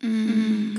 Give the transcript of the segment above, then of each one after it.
Contenido, Mm,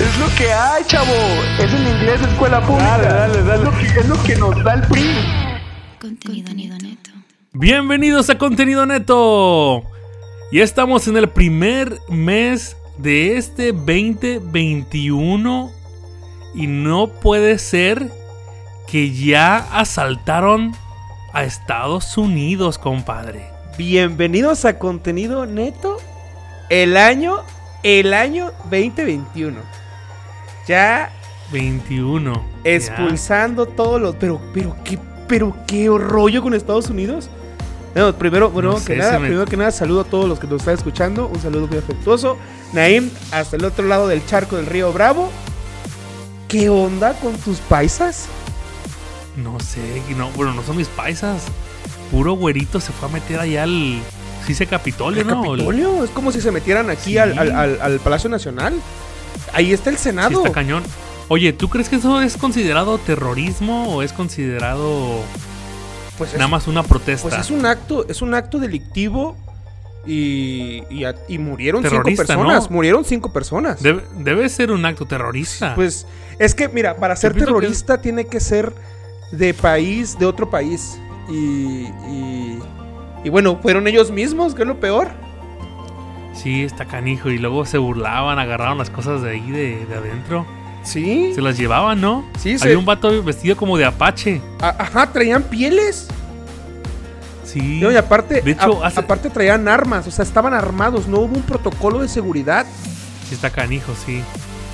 Es lo que hay, chavo. Es en inglés escuela pública. dale, dale. Es lo que, es lo que nos da el PRI. Contenido, neto. Bienvenidos a Contenido Neto. Ya estamos en el primer mes de este 2021 y no puede ser que ya asaltaron a Estados Unidos, compadre. Bienvenidos a Contenido Neto. El año, el año 2021. Ya 21. Ya. expulsando todos los. Pero, pero qué, pero qué rollo con Estados Unidos. No, primero, bueno, No que sé, se nada, me- primero que nada, saludo a todos los que nos están escuchando. Un saludo muy afectuoso. Naim, hasta el otro lado del charco del río Bravo. ¿Qué onda con tus paisas? No sé, no, bueno, no son mis paisas. Puro güerito se fue a meter allá al. Sí, se Capitolio, ¿El ¿no? Capitolio? Es como si se metieran aquí Sí. al, al- al- al Palacio Nacional. Ahí está el Sí, Senado. está cañón. Oye, ¿tú crees que eso es considerado terrorismo o es considerado pues es- nada más una protesta? Pues es un acto, es un acto delictivo y, y, a- y murieron cinco Terrorista, personas. ¿no? Murieron cinco personas. Debe, debe ser un acto terrorista. Pues es que, mira, para ser pienso que- terrorista tiene que ser de país, de otro país. Y, y, y bueno, fueron ellos mismos, que es lo peor. sí, está canijo. Y luego se burlaban, agarraron las cosas de ahí, de, de adentro. Sí. Se las llevaban, ¿no? Sí, Había se- un vato vestido como de apache. A- ajá, traían pieles. Sí. No, y aparte, De hecho, a- hace- aparte traían armas, o sea, estaban armados, no hubo un protocolo de seguridad. Sí, está canijo, sí.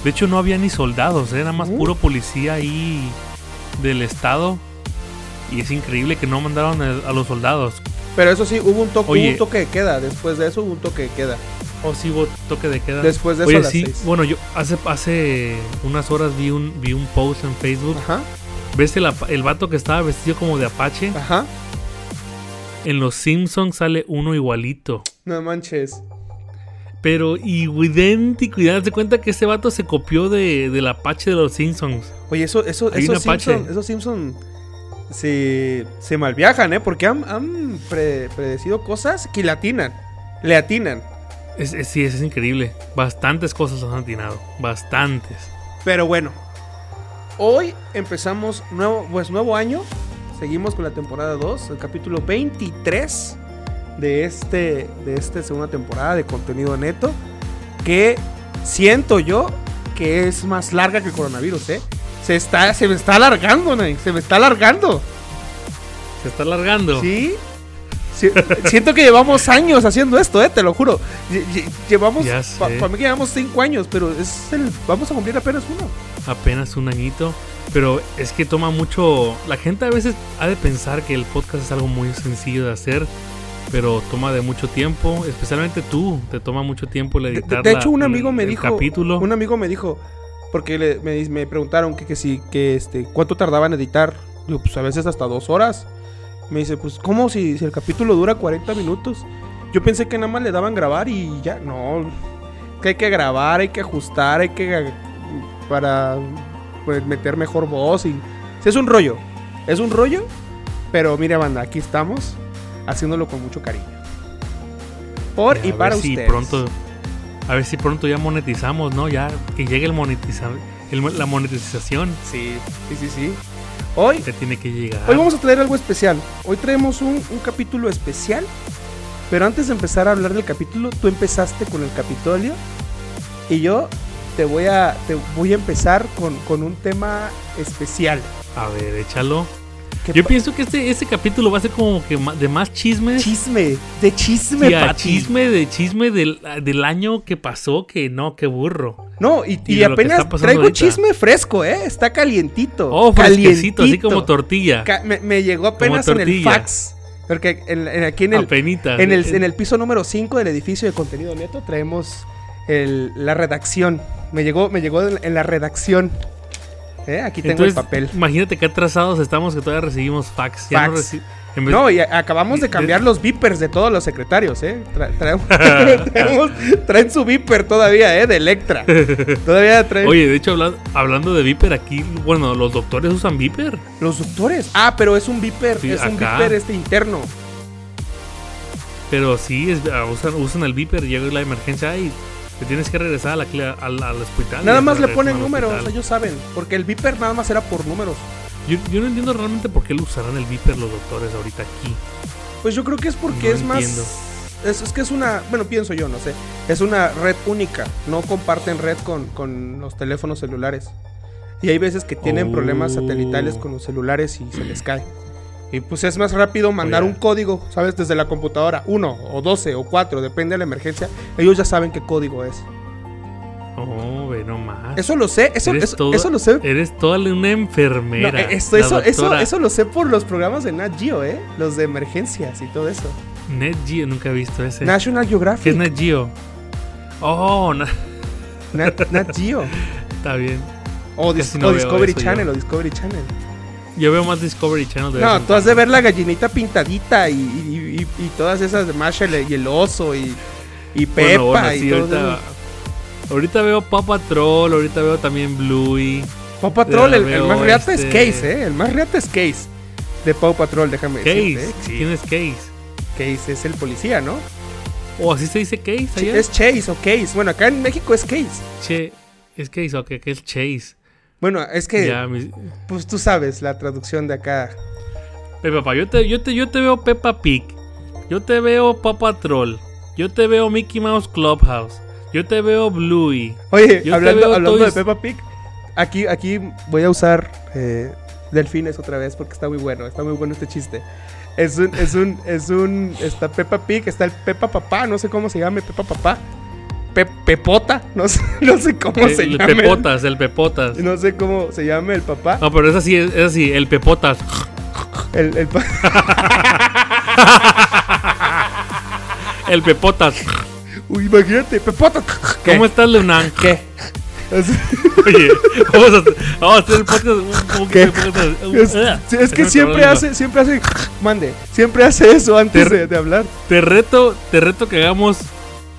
De hecho, no había ni soldados, ¿eh? nada más Uh. puro policía ahí del estado. Y es increíble que no mandaron a a los soldados. Pero eso sí, hubo un, toque, Oye. hubo un toque de queda. Después de eso hubo un toque de queda. O Oh, sí hubo toque de queda. Después de eso Oye, a las sí, seis. bueno, yo hace, hace unas horas vi un, vi un post en Facebook. Ajá, ¿Ves el, apa- el vato que estaba vestido como de apache? ajá. En los Simpsons sale uno igualito. No manches. Pero idéntico. Y date cuenta que ese vato se copió de, del apache de los Simpsons. Oye, eso, eso, Hay un esos apache. Simpson, esos Simpson se, se malviajan, ¿eh? Porque han, han pre- predecido cosas que le atinan. Le atinan. Es, es- sí, es, es increíble. Bastantes cosas han atinado. Bastantes. Pero bueno, hoy empezamos nuevo, pues, nuevo año. Seguimos con la temporada 2, el capítulo 23 de este de esta segunda temporada de contenido neto que siento yo que es más larga que el coronavirus, ¿eh? Se está se me está alargando, Nay, se me está alargando. Se está alargando. Sí. Si- Siento que llevamos años haciendo esto, eh, te lo juro. Lle- lle- Llevamos, Ya sé. para mí que llevamos cinco años, pero es el, vamos a cumplir apenas uno. apenas un añito. Pero es que toma mucho. La gente a veces ha de pensar que el podcast es algo muy sencillo de hacer, pero toma de mucho tiempo. Especialmente tú, te toma mucho tiempo el De- editar. De, de la- hecho, un amigo me el dijo. Capítulo. Un amigo me dijo. Porque le- me, dis- me preguntaron que, que si, que este, cuánto tardaba en editar. Digo, pues a veces hasta dos horas. Me dice, pues, ¿cómo si, si el capítulo dura 40 minutos? Yo pensé que nada más le daban grabar y ya. No. Que hay que grabar, hay que ajustar, hay que. ag- Para pues, meter mejor voz. Y, sí, es un rollo. Es un rollo. Pero mira, banda, aquí estamos. Haciéndolo con mucho cariño. Por A y ver para si ustedes. pronto. A ver si pronto ya monetizamos, ¿no? Ya que llegue el monetizar, el- la monetización Sí, sí, sí, sí. Hoy, que tiene que llegar. hoy vamos a traer algo especial. Hoy traemos un, un capítulo especial. Pero antes de empezar a hablar del capítulo, tú empezaste con el Capitolio. Y yo te voy a, te voy a empezar con, con un tema especial. A ver, échalo. Que Yo pa- pienso que este, este capítulo va a ser como que ma- de más chismes. chisme, de chisme, Y a Pati. chisme de chisme del, del año que pasó, que no, que burro. No, y, y y de lo que apenas está pasando traigo ahorita. chisme fresco, ¿eh? Está calientito. Oh, fresquecito, así calientito. como tortilla. Ca- me, me llegó apenas en el tortilla. fax. Porque en- en- aquí en el, Apenitas. En el, en el piso número 5 del edificio de contenido neto traemos el- la redacción. Me llegó, me llegó en, en la redacción. Eh, Aquí tengo el papel. Imagínate qué atrasados estamos que todavía recibimos fax. Ya no Fax. reci- en vez- No, y a- acabamos de cambiar los beepers de todos los secretarios, ¿eh? Tra- traemos- traemos- traen su beeper todavía, ¿eh? De Electra. Todavía traen Oye, de hecho, habla- hablando de Viper aquí, bueno, los doctores usan Viper. los doctores. Ah, pero es un beeper, Sí, es un acá. beeper este interno. Pero sí, es- ah, usan, usan el Viper, llega la emergencia y te tienes que regresar a la cli- al, al hospital. Nada Y más te le regresan ponen al números, hospital. ellos saben. Porque el beeper nada más era por números. Yo, yo no entiendo realmente por qué lo usarán el Viper los doctores ahorita aquí. Pues yo creo que es porque No es entiendo. más. Es, es que es una. Bueno, pienso yo, no sé. Es una red única. No comparten red con, con los teléfonos celulares. Y hay veces que tienen Oh. problemas satelitales con los celulares y se les cae. Y pues es más rápido mandar Oye. un código, ¿sabes? Desde la computadora, uno o 12 o 4, depende de la emergencia. Ellos ya saben qué código es. Oh, ve nomás. Eso lo sé, eso, Eres eso, toda- eso lo sé. Eres toda una No, eh, e, enfermera. eso, la eso, eso, doctora eso lo sé por los programas de Nat Geo, ¿eh? Los de emergencias y todo eso. Nat Geo, nunca he visto ese. National ¿Qué es Geographic. Nat Geo? Oh, na- Nat, Nat Geo. está bien. O, Dis- Casi no o veo Discovery eso Channel, yo. o Discovery Channel. Yo veo más Discovery Channel de vez No, en tú has de ver la gallinita pintadita y, y- y- y todas esas de Marshall y el oso y, y Peppa Bueno, bueno, sí, y todo ahorita, eso. ahorita veo Papa Troll, ahorita veo también Bluey. Paw Patrol, Ya el, el veo más reata es este- Case, ¿eh? El más reata es Case. De Paw Patrol, déjame Case, decirte. ¿eh? ¿quién es Case? Case es el policía, ¿no? ¿O así se dice Case allá? Es Chase o Case. Bueno, acá en México es Case. Che, es Case, ok, que es Chase. Bueno, es que, Ya, mi, pues tú sabes la traducción de acá. Pe- papá, yo te, yo, te, yo te veo Peppa Pig, yo te veo Papa Troll, yo te veo Mickey Mouse Clubhouse, yo te veo Bluey. Oye, Yo te hablando, veo hablando de Toys- Peppa Pig, aquí, aquí voy a usar eh, delfines otra vez porque está muy bueno, está muy bueno este chiste. Es un, es un, es un, está Peppa Pig, está el Peppa Papá, no sé cómo se llame, Peppa Papá. Pe- Pepota, no sé, no sé cómo el, se el llama. Pepotas, el Pepotas. No sé cómo se llama el papá. No, pero es así, es así, el Pepotas. Ah. El, el pa- El Pepotas. Uy, imagínate, Pepota. ¿Qué? ¿Cómo estás, Leonan? ¿Qué? Es, Oye, vamos a, vamos a hacer el podcast. un- un- ¿Qué? un- un- es- Ah, es que déjame siempre acabar hace, siempre hace, mande, siempre hace eso antes Ter- de- de hablar. Te reto, te reto que hagamos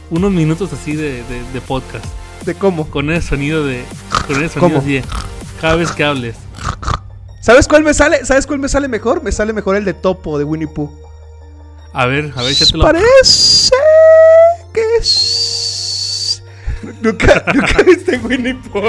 unos minutos así de, de- de podcast. ¿De cómo? Con ese sonido de. Con ese sonido ¿Cómo? así de- Cada vez que hables. ¿Sabes cuál me sale? ¿Sabes cuál me sale mejor? Me sale mejor el de Topo de Winnie Pooh. A ver, a ver, échatelo. Parece que es. Nunca, nunca viste Winnie Pooh.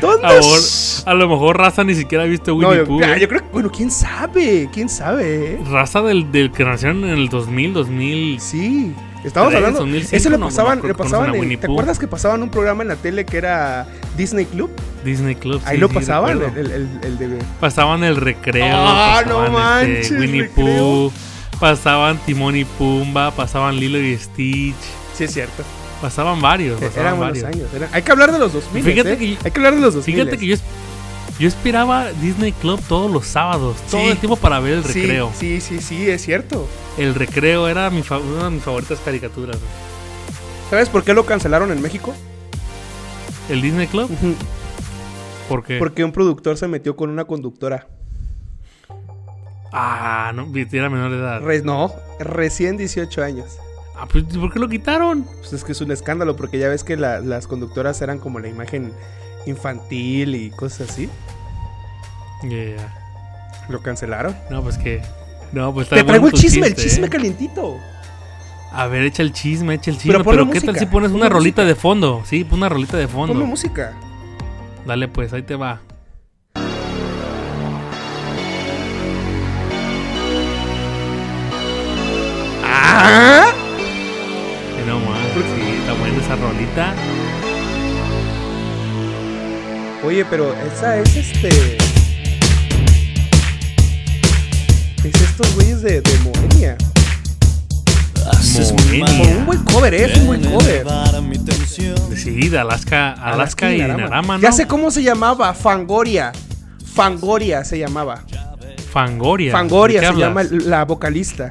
¿Dónde A, mejor- es? a lo mejor Raza ni siquiera ha visto Winnie No, yo, Pooh. ah, ¿eh? yo creo que, bueno, quién sabe, quién sabe. eh? Raza del, del que nacieron en el 2000, 2000. Sí, estamos Tres, hablando. 2005, ese lo no, no pasaban, me acuerdo lo que pasaban. conocen a en- Winnie ¿Te Pooh. acuerdas que pasaban un programa en la tele que era Disney Club? Disney Club. Ahí sí, lo sí, pasaban, recuerdo. el, el, el, el de. Pasaban el recreo. Ah, pasaban, no este, manches, Winnie recreo. Pooh. Pasaban Timón y Pumba. Pasaban Lilo y Stitch. Sí, es cierto. Pasaban varios. Eh, Pasaban Eran buenos varios. años. eran- Hay que hablar de los 2000. Fíjate eh. que yo- Hay que hablar de los 2000. Fíjate que yo, es- yo esperaba Disney Club todos los sábados. Todo Sí. el tiempo para ver el Sí, recreo. Sí, sí, sí, es cierto. El recreo era mi fa- una de mis favoritas caricaturas. ¿no? ¿Sabes por qué lo cancelaron en México? El Disney Club, porque. Porque un productor se metió con una conductora. Ah, no, era menor de edad. Re- no, recién 18 años. Ah, pues, ¿Por qué lo quitaron? Pues es que es un escándalo, porque ya ves que la- las conductoras eran como la imagen infantil y cosas así. Yeah. Lo cancelaron. No, pues que. No, pues está Te bueno traigo el tu chisme, el chiste, chisme ¿eh? calientito. A ver, echa el chisme, echa el chisme. Pero, ponle ¿qué tal música, si pones ponle una rolita música. de fondo? Sí, pon una rolita de Ponme fondo. música. Dale, pues, ahí te va. ¡Ah! Que No más. ¿Por Sí, está buena esa rolita. Oye, pero esa es este. Es estos güeyes de, de Moenia. Con un Moenia. buen cover, ¿eh? es un buen cover. Sí, de Alaska, Alaska, y Dinarama, ¿no? Ya sé cómo se llamaba, Fangoria. Fangoria se llamaba. Fangoria. Fangoria ¿De se qué llama hablas? la vocalista.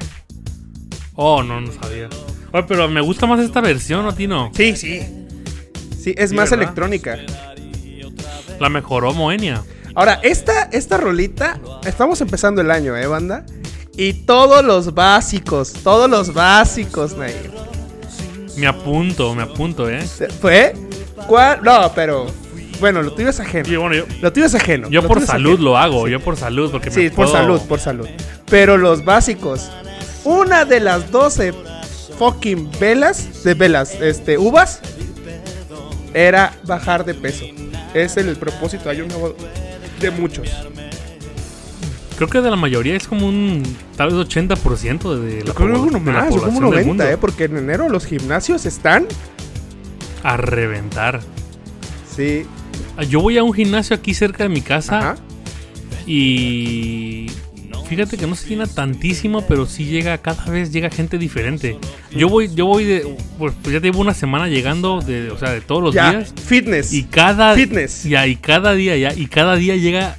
Oh, no, no sabía. Oye, pero me gusta más esta versión, ¿o a ti no? Sí, sí. Sí, es Sí, más ¿verdad? electrónica. La mejoró Moenia. Ahora, esta, esta rolita, estamos empezando el año, ¿eh, banda? Y todos los básicos, todos los básicos, Nair. Me apunto, me apunto, ¿eh? ¿Se- ¿Fue? ¿Cuál? No, pero. Bueno, lo tuyo es Y ajeno. bueno, yo, Lo tuyo es ajeno. yo lo por tuyo es salud ajeno. lo hago, yo por salud, porque Sí, me por puedo- salud, por salud. Pero los básicos. Una de las 12 fucking velas, de velas, este, uvas, era bajar de peso. Es el, el propósito hay nuevo de muchos. Creo que de la mayoría es como un tal vez 80% de la, Yo creo que pobo- uno de la más, yo población como del mundo 90, ¿eh? Porque en enero los gimnasios están. a reventar. Ah, Sí. Yo voy a un gimnasio aquí cerca de mi casa Ajá. y fíjate que no se llena tantísimo, pero sí llega cada vez llega gente diferente. Yo voy yo voy de pues ya llevo una semana llegando de o sea, de todos los ya, días fitness. y cada Fitness. ya, y cada día ya y cada día llega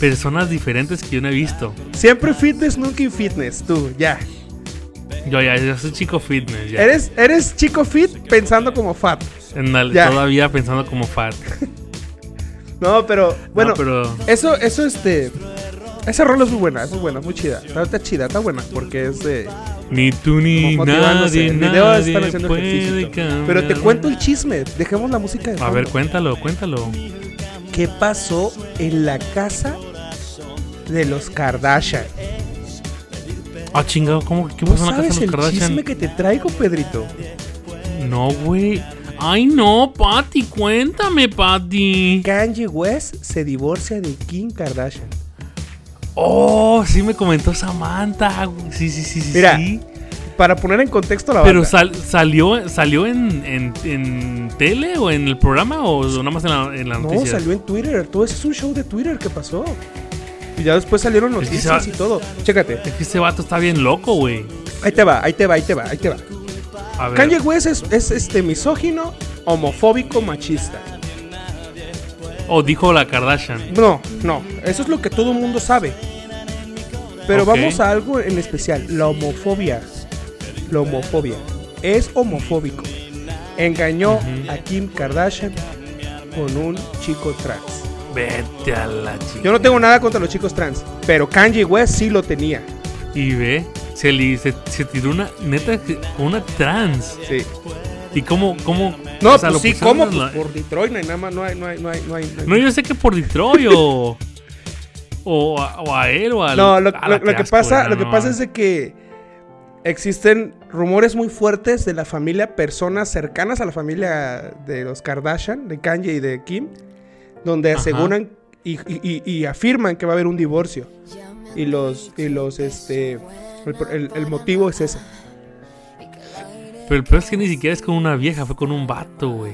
personas diferentes que yo no he visto. Siempre fitness, nunca infitness, tú, ya. Yo ya yo soy chico fitness ya. Eres, eres chico fit pensando como fat. Ándale, ya. todavía pensando como fat. No, pero bueno, No, pero eso, eso, este. Esa rola es muy buena, es muy buena, muy chida. Está, está chida, está buena, porque es de. Ni tú ni como motivándose. nadie, El video nadie están haciendo ejercicio. puede y todo. Pero te cambiar. cuento el chisme, dejemos la música de A ver, fondo. cuéntalo, cuéntalo. ¿Qué pasó en la casa de los Kardashian? Ah, chingado, ¿cómo? ¿Qué ¿Tú pasó en la sabes casa de el los Kardashian? chisme que te traigo, Pedrito? No, güey. Ay, no, Patty, cuéntame, Patty. Kanye West se divorcia de Kim Kardashian. Oh, sí me comentó Samantha. güey. Sí, sí, sí, sí. Mira, sí. Para poner en contexto la Pero banda. sal- salió, salió en, en, en tele o en el programa o nada más en la, en la No, noticia. salió en Twitter. Todo eso es un show de Twitter que pasó. Y ya después salieron que se noticias va- y todo. Chécate. Es que ese vato está bien loco, güey. Ahí te va, ahí te va, ahí te va, ahí te va. A ver. Kanye West es, es, este misógino, homofóbico, machista. O dijo la Kardashian. No, no. Eso es lo que todo el mundo sabe. Pero Ok. vamos a algo en especial. La homofobia. La homofobia. Es homofóbico. Engañó Ujú. a Kim Kardashian con un chico trans. Vete a la chica. Yo no tengo nada contra los chicos trans, pero Kanye West sí lo tenía. Y ve, se, li- se, se tiró una neta que- con una trans. Sí. ¿Y cómo? cómo No, o sea, lo pues sí, pusieron ¿cómo? en la- Pues por Detroit no hay nada más, no hay, no hay, no hay, no hay. no hay- No, yo sé que por Detroit o, o, a, o a él o al- No, lo, a lo- la lo que asco, pasa, ya, lo que no, pasa es de que existen rumores muy fuertes de la familia, personas cercanas a la familia de los Kardashian, de Kanye y de Kim, donde Ajá. aseguran y, y- y- y afirman que va a haber un divorcio. Y los, y los, este, el, pro- el- el motivo es ese. Pero el peor es que ni siquiera es con una vieja, fue con un vato, güey.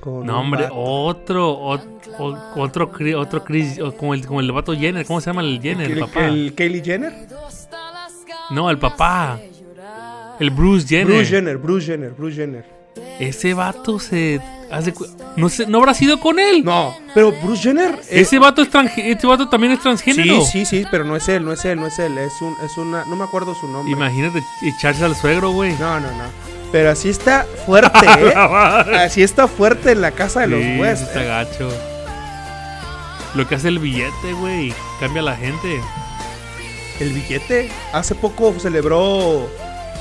Con No, un hombre, vato. otro, ot- o- otro, cri- otro Chris, o como el, como el vato Jenner, ¿cómo se llama el Jenner, el el, papá? el Kylie Jenner. no, el papá. El Bruce Jenner. Bruce Jenner, Bruce Jenner, Bruce Jenner. Ese vato se hace, cu- no sé, no habrá sido con él. No, pero Bruce Jenner. es- Ese vato es transg- este vato también es transgénero. Sí, sí, sí, pero no es él, no es él, no es él. Es, un, es una. No me acuerdo su nombre. Imagínate echarse al suegro, güey. No, no, no. Pero así está fuerte, ¿eh? Así está fuerte en la casa de los Sí, West. está gacho. Lo que hace el billete, güey. Cambia a la gente. El billete. Hace poco celebró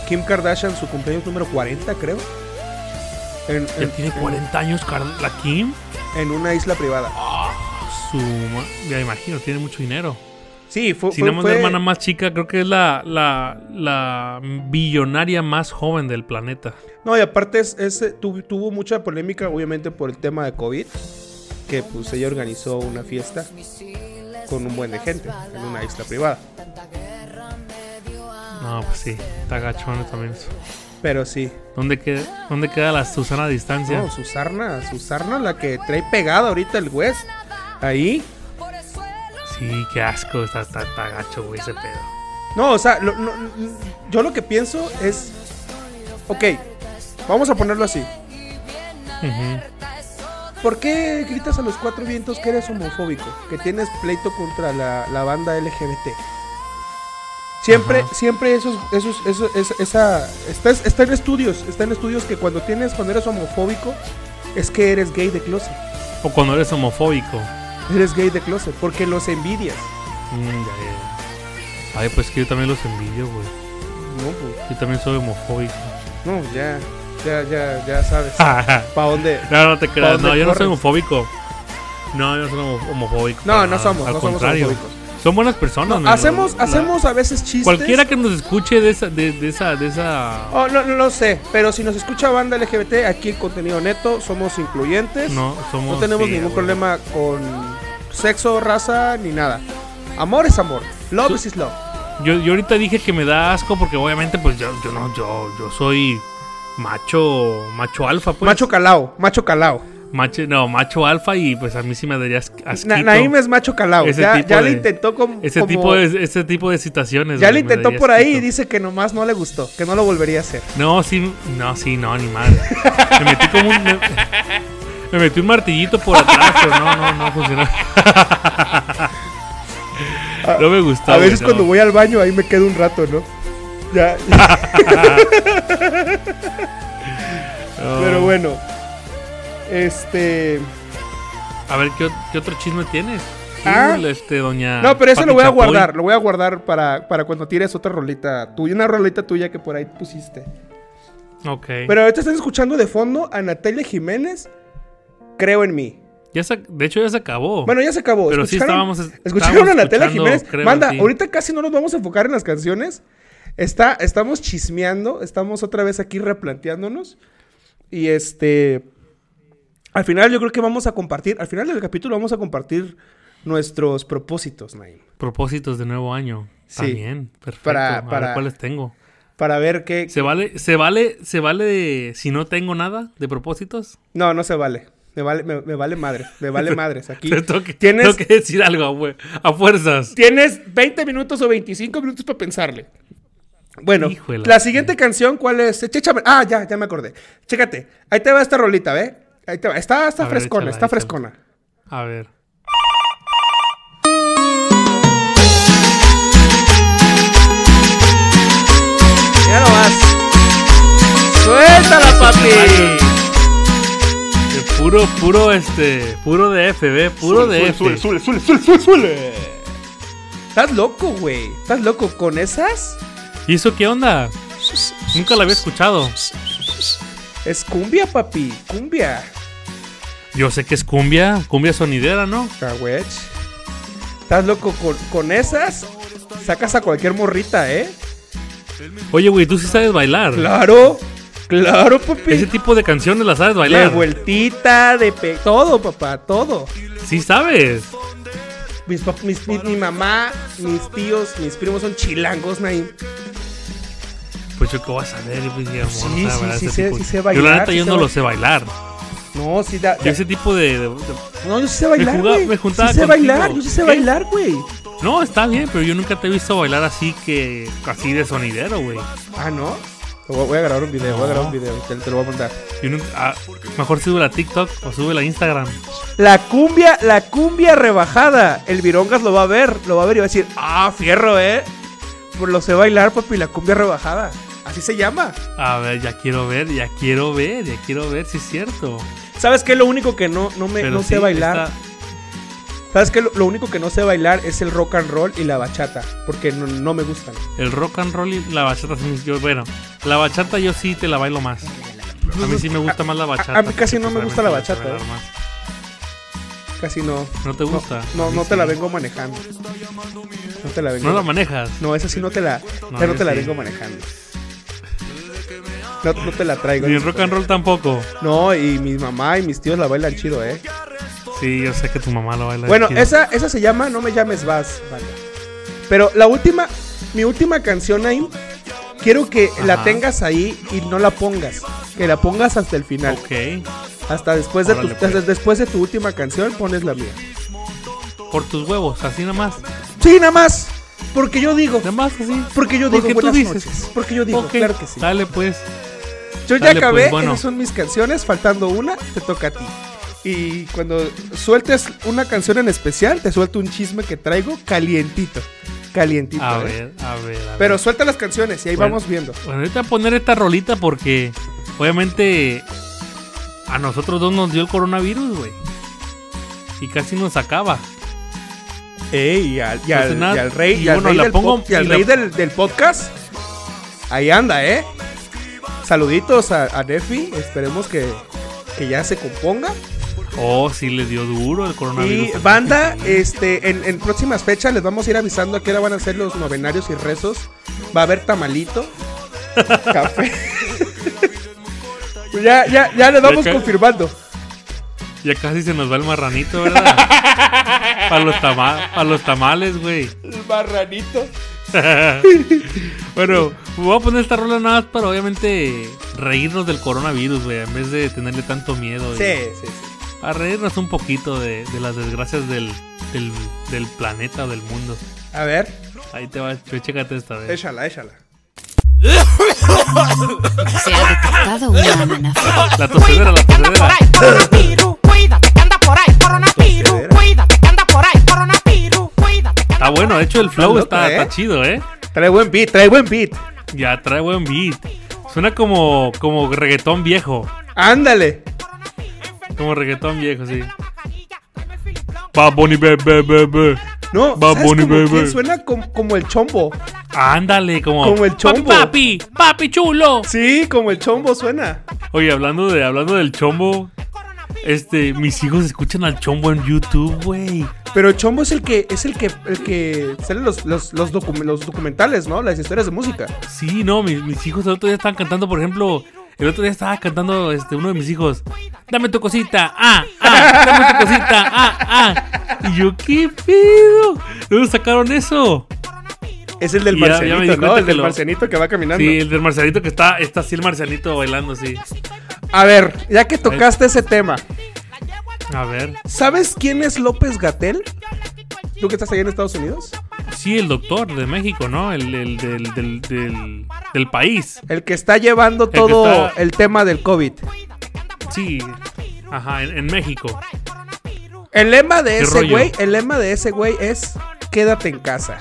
Kim Kardashian su cumpleaños número 40, creo. En, Ya en- tiene en- 40 años Card- la Kim. pues, en una isla privada. Su ma- ya imagino, tiene mucho dinero. Sí, fue. Si fue- no más fue- la hermana más chica, creo que es la, la, la billonaria más joven del planeta. No, y aparte es, es, eh, tu- tuvo mucha polémica, obviamente, por el tema de COVID. Que pues ella organizó una fiesta con un buen de gente en una isla privada. No, pues sí, está gachón también eso. Pero sí. ¿Dónde queda, dónde queda la Susana a distancia? No, Susarna, Susarna la que trae pegada ahorita el West. Ahí. Sí, qué asco, está, está, está gacho, güey, ese pedo. No, o sea, lo- no, yo lo que pienso es. Ok, vamos a ponerlo así. Ujú. ¿Por qué gritas a los cuatro vientos que eres homofóbico? Que tienes pleito contra la, la banda LGBT. Siempre, Ajá. siempre esos, esos, esos- es- esa. Está, está en estudios. Está en estudios que cuando tienes, cuando eres homofóbico, es que eres gay de closet. O cuando eres homofóbico. Eres gay de closet porque los envidias. Mm, ya, ya. Ay, pues que yo también los envidio, güey. No, pues. Yo también soy homofóbico. No, ya. Ya, ya, ya sabes. ¿Para dónde? Ah. no, no te creas. dónde No, yo no soy corres? homofóbico. No, yo no soy homo- homofóbico. No, para no nada. somos, Al no somos contrario. homofóbicos. Son buenas personas, No, men. hacemos, La- hacemos a veces chistes. Cualquiera que nos escuche de esa, de, de esa, de esa. Oh, no, no lo sé, pero si nos escucha banda LGBT, aquí el contenido neto, somos incluyentes. No, somos. No tenemos sí, ningún güey. problema con sexo, raza, ni nada. Amor es amor. Love Su- is love. Yo, yo ahorita dije que me da asco porque obviamente pues yo, yo no, yo, yo soy macho, macho alfa, pues. macho calao, macho calao. Macho- no, macho alfa y pues a mí sí me daría as- asquito. Na- Naim es macho calao. Ese ya tipo ya de- le intentó com- ese como- tipo de, ese tipo de situaciones. Ya güey, le me intentó daría por ahí y asquito. dice que nomás no le gustó, que no lo volvería a hacer. No, sí, no, sí, no, ni madre. Me metí como un. Me, me metí un martillito por atrás, pero no, no, no funcionó. No me gustó. a güey, veces no. cuando voy al baño ahí me quedo un rato, ¿no? Ya, No. pero bueno. Este... A ver, ¿qué, ot- qué otro chisme tienes? Tú, Ah. este, doña. No, pero ese Pati lo voy a Chapoy. guardar, lo voy a guardar para, para cuando tires otra rolita tuya, una rolita tuya que por ahí pusiste. Ok. Pero ahorita estás escuchando de fondo a Natalia Jiménez, Creo en mí. Ya se- de hecho, ya se acabó. Bueno, ya se acabó. Oh. Pero sí ¿Escucharon- estábamos- Escucharon estábamos a Natalia escuchando, Jiménez. creo, Manda, sí. ahorita casi no nos vamos a enfocar en las canciones. Está, estamos chismeando, estamos otra vez aquí replanteándonos. Y este. Al final, yo creo que vamos a compartir. Al final del capítulo, vamos a compartir nuestros propósitos, Naim. Propósitos de nuevo año. Sí. También. Perfecto. Para- A ver para- cuáles tengo. Para ver qué. ¿Se vale, se vale, se vale de- si no tengo nada de propósitos? No, no se vale. Me vale, me, me vale madre. Me vale madres. Aquí. Te tengo que, Tienes, tengo que decir algo, güey. A fuerzas. Tienes 20 minutos o 25 minutos para pensarle. Bueno, Híjole. la siguiente canción, ¿cuál es? Échame- Ah, ya, ya me acordé. Chécate, ahí te va esta rolita, ¿ve? Ahí te va. Está, está A ver, frescona, échala, está échala. frescona. A ver. Ya nomás. Suéltala, papi. Eh, Puro, puro, este, puro de FB, puro de Sule, F. sule, sule, sule, sule, sule. Estás loco, güey. Estás loco con esas. ¿Y eso qué onda? Nunca la había escuchado. Es cumbia, papi. Cumbia. Yo sé que es cumbia, cumbia sonidera, ¿no? Cahuech. Ah, Estás loco con, con esas. Sacas a cualquier morrita, ¿eh? Oye, güey, tú sí sabes bailar. Claro. Claro, papi. Ese tipo de canciones las sabes De bailar. vueltita, de pe... Todo, papá, todo. Sí sabes. Mis pap- mis- mi, mi mamá, mis tíos, mis primos son chilangos, Naim. Pues yo qué voy a saber, pues, mi amor, Sí, o sea, sí, ¿verdad? sí Ese sé- tipo- sí sé Yo la bailar, neta sí yo sé no lo bailar. sé bailar. No, sí da... Yo ese tipo de- de- de No, yo sí sé bailar, jugaba- güey. me juntaba Sí sé contigo. bailar, yo sí sé ¿Qué? bailar, güey. No, está bien, pero yo nunca te he visto bailar así que. así de sonidero, güey. Ah, ¿no? Voy voy a grabar un video, voy a grabar un Ah. video, te, te lo voy a mandar. Yo nunca. ah, mejor sube la TikTok o sube la Instagram. La cumbia, la cumbia rebajada. El Virongas lo va a ver, lo va a ver y va a decir, ah, fierro, eh. Pues lo sé bailar, papi, la cumbia rebajada. Así se llama. A ver, ya quiero ver, ya quiero ver, ya quiero ver si es cierto. ¿Sabes qué? Lo único que no, no, me, Pero no sé sí, bailar. está- ¿Sabes qué? Lo, lo único que no sé bailar es el rock and roll y la bachata, porque no, no me gustan. el rock and roll y la bachata. sí, Yo, bueno, la bachata yo sí te la bailo más. A mí sí me gusta más la bachata. a mí casi no porque, me pues, gusta la obviamente, bachata, sé bailar más. Casi no. ¿No te gusta? No, A mí no te sí. la vengo manejando. No te la vengo. No la No, manejas. esa sí no te la, No, esa no yo te la sí. vengo manejando. No, no te la traigo. Ni el rock and roll tampoco. No, y mi mamá y mis tíos la bailan chido, eh. Sí, yo sé que tu mamá lo baila. Bueno, chido. esa, esa se llama No me llames Vas, banda. Pero la última, mi última canción, Naim, quiero que la Ajá. tengas ahí y no la pongas. Que la pongas hasta el final. Ok. Hasta después de, tu, Órale, pues. hasta después de tu última canción pones la mía. Por tus huevos, así nada más. Sí, nada más. Porque yo digo. Nada más así. Porque yo digo Porque tú buenas dices. noches. Porque yo digo, Ok, claro que sí. Dale pues. Yo ya dale, acabé, pues, bueno. esas son mis canciones, faltando una, te toca a ti. Y cuando sueltes una canción en especial, te suelto un chisme que traigo calientito. Calientito. A eh. ver, a ver, a Pero ver. suelta las canciones y ahí Bueno. vamos viendo. Bueno, ahorita Pues, poner esta rolita porque obviamente a nosotros dos nos dio el coronavirus, güey. y casi nos acaba. Ey, y al, y Entonces, al- Pues nada, y al rey, y y al bueno, rey la del, pongo- pop- y al y la- rey del, del podcast. Ahí anda, ¿eh? Saluditos a, a Nefi. Esperemos que, que ya se componga. Oh, sí le dio duro el coronavirus. Y banda, este, en, en próximas fechas les vamos a ir avisando a qué hora van a ser los novenarios y rezos. Va a haber tamalito, café. Pues ya, ya, ya les vamos Ok. confirmando. Ya casi se nos va el marranito, ¿verdad? para los, tama- pa' los tamales, güey. El marranito. Bueno, voy a poner esta rola nada más para obviamente reírnos del coronavirus, güey, en vez de tenerle tanto miedo. Sí, güey. sí, sí. A reírnos un poquito de, de las desgracias del, del, del planeta o del mundo. A ver, Ahí te va, che- chécate esta vez. échala, échala. Se ha detectado una amenaza. La tosedera, la que anda por tosedera. ahí, coronavirus. Cuídate que anda por ahí, coronavirus. Tosedera. Cuídate que anda por ahí, coronavirus. Cuídate que Está anda bueno, por de ahí, hecho el flow Está está, loca, está chido, ¿eh? Trae buen beat, trae buen beat. Ya trae buen beat. Suena como, como reggaetón viejo. Ándale. Como reggaetón viejo, sí. mascarilla, tráeme el filiplón. Bad Bunny, be, be, be, be. No, Bad ¿sabes Bunny, como baby. quién? suena como, como el chombo. Ándale, como. Como el papi, chombo. papi, papi chulo. Sí, como el chombo suena. Oye, hablando de hablando del chombo, este, mis hijos escuchan al chombo en YouTube, güey. Pero el chombo es el que es el que el que salen los, los, los, docu- los documentales, ¿no? Las historias de música. Sí, no, mis, mis hijos el otro día estaban cantando, por ejemplo, el otro día estaba cantando este uno de mis hijos, "Dame tu cosita, ah, ah, dame tu cosita, ah, ah." Y yo, "¿Qué pedo? ¿Dónde sacaron eso?" Es el del Ya- ya me marcianito, di cuenta ¿no? El que del lo- marcianito que va caminando. Sí, el del marcianito que está está así el marcianito bailando, sí. A ver, ya que tocaste ese tema, A ver. ¿sabes quién es López Gatel? ¿Tú que estás allá en Estados Unidos? Sí, el doctor de México, ¿no? El, el del, del, del, del país. El que está llevando que todo está- el tema del COVID. Sí. Ajá, en, en México. El lema de ¿Qué ese rollo? güey, el lema de ese güey es quédate en casa.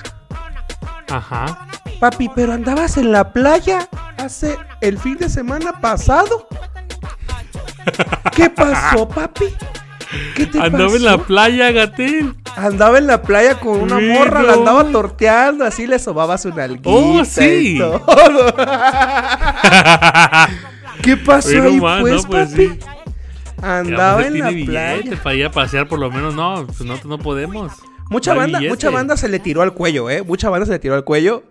Ajá. Papi, pero andabas en la playa hace el fin de semana pasado. ¿Qué pasó, papi? ¿Qué te Andaba pasó? en la playa, Gatel. Andaba en la playa con una Sí, morra, la no. andaba torteando, así le sobaba su nalguita. Oh, sí. y todo. ¿Qué pasó Oye, no ahí, más, pues, no, pues, papi? sí. Andaba Ya, pues, en la tiene playa. billete Para ir a pasear, por lo menos, no, pues no, no podemos. Mucha No hay banda, billete. mucha banda se le tiró al cuello, ¿eh? Mucha banda se le tiró al cuello.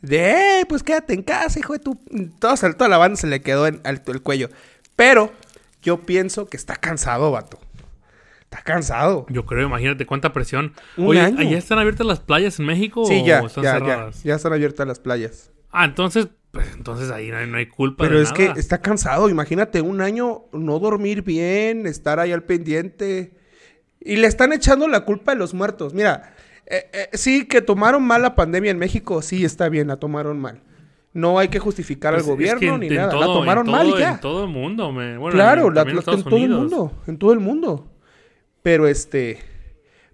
De, "Eh, pues quédate en casa, hijo de tu... Toda, toda la banda se le quedó en, al el cuello. Pero yo pienso que está cansado, vato. Está cansado. Yo creo, imagínate cuánta presión. Un Oye, año. ¿allá están abiertas las playas en México Sí, o ya, Oh, están ya, ya, cerradas? ya están abiertas las playas. Ah, entonces, pues, entonces ahí no hay, no hay culpa Pero de es nada. que está cansado, imagínate un año no dormir bien, estar ahí al pendiente. Y le están echando la culpa a los muertos. Mira, eh, eh, sí que tomaron mal la pandemia en México, sí está bien, la tomaron mal. No hay que justificar Pues, al gobierno es que en- ni en nada, la todo- en tomaron todo- mal y ya. En todo el mundo, me- bueno, claro, en, también la- en la- en Estados todo el Unidos. mundo, en todo el mundo. Pero este,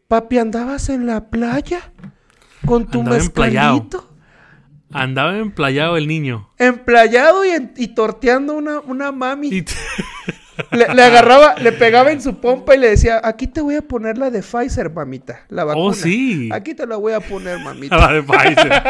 papi, andabas en la playa con tu Andaba emplayado. mezcalito. Andaba emplayado el niño. Emplayado y, en- y torteando una, una mami. Y Le, le agarraba, le pegaba en su pompa y le decía, aquí te voy a poner la de Pfizer, mamita, la vacuna. Oh, sí. Aquí te la voy a poner, A mamita. la de Pfizer.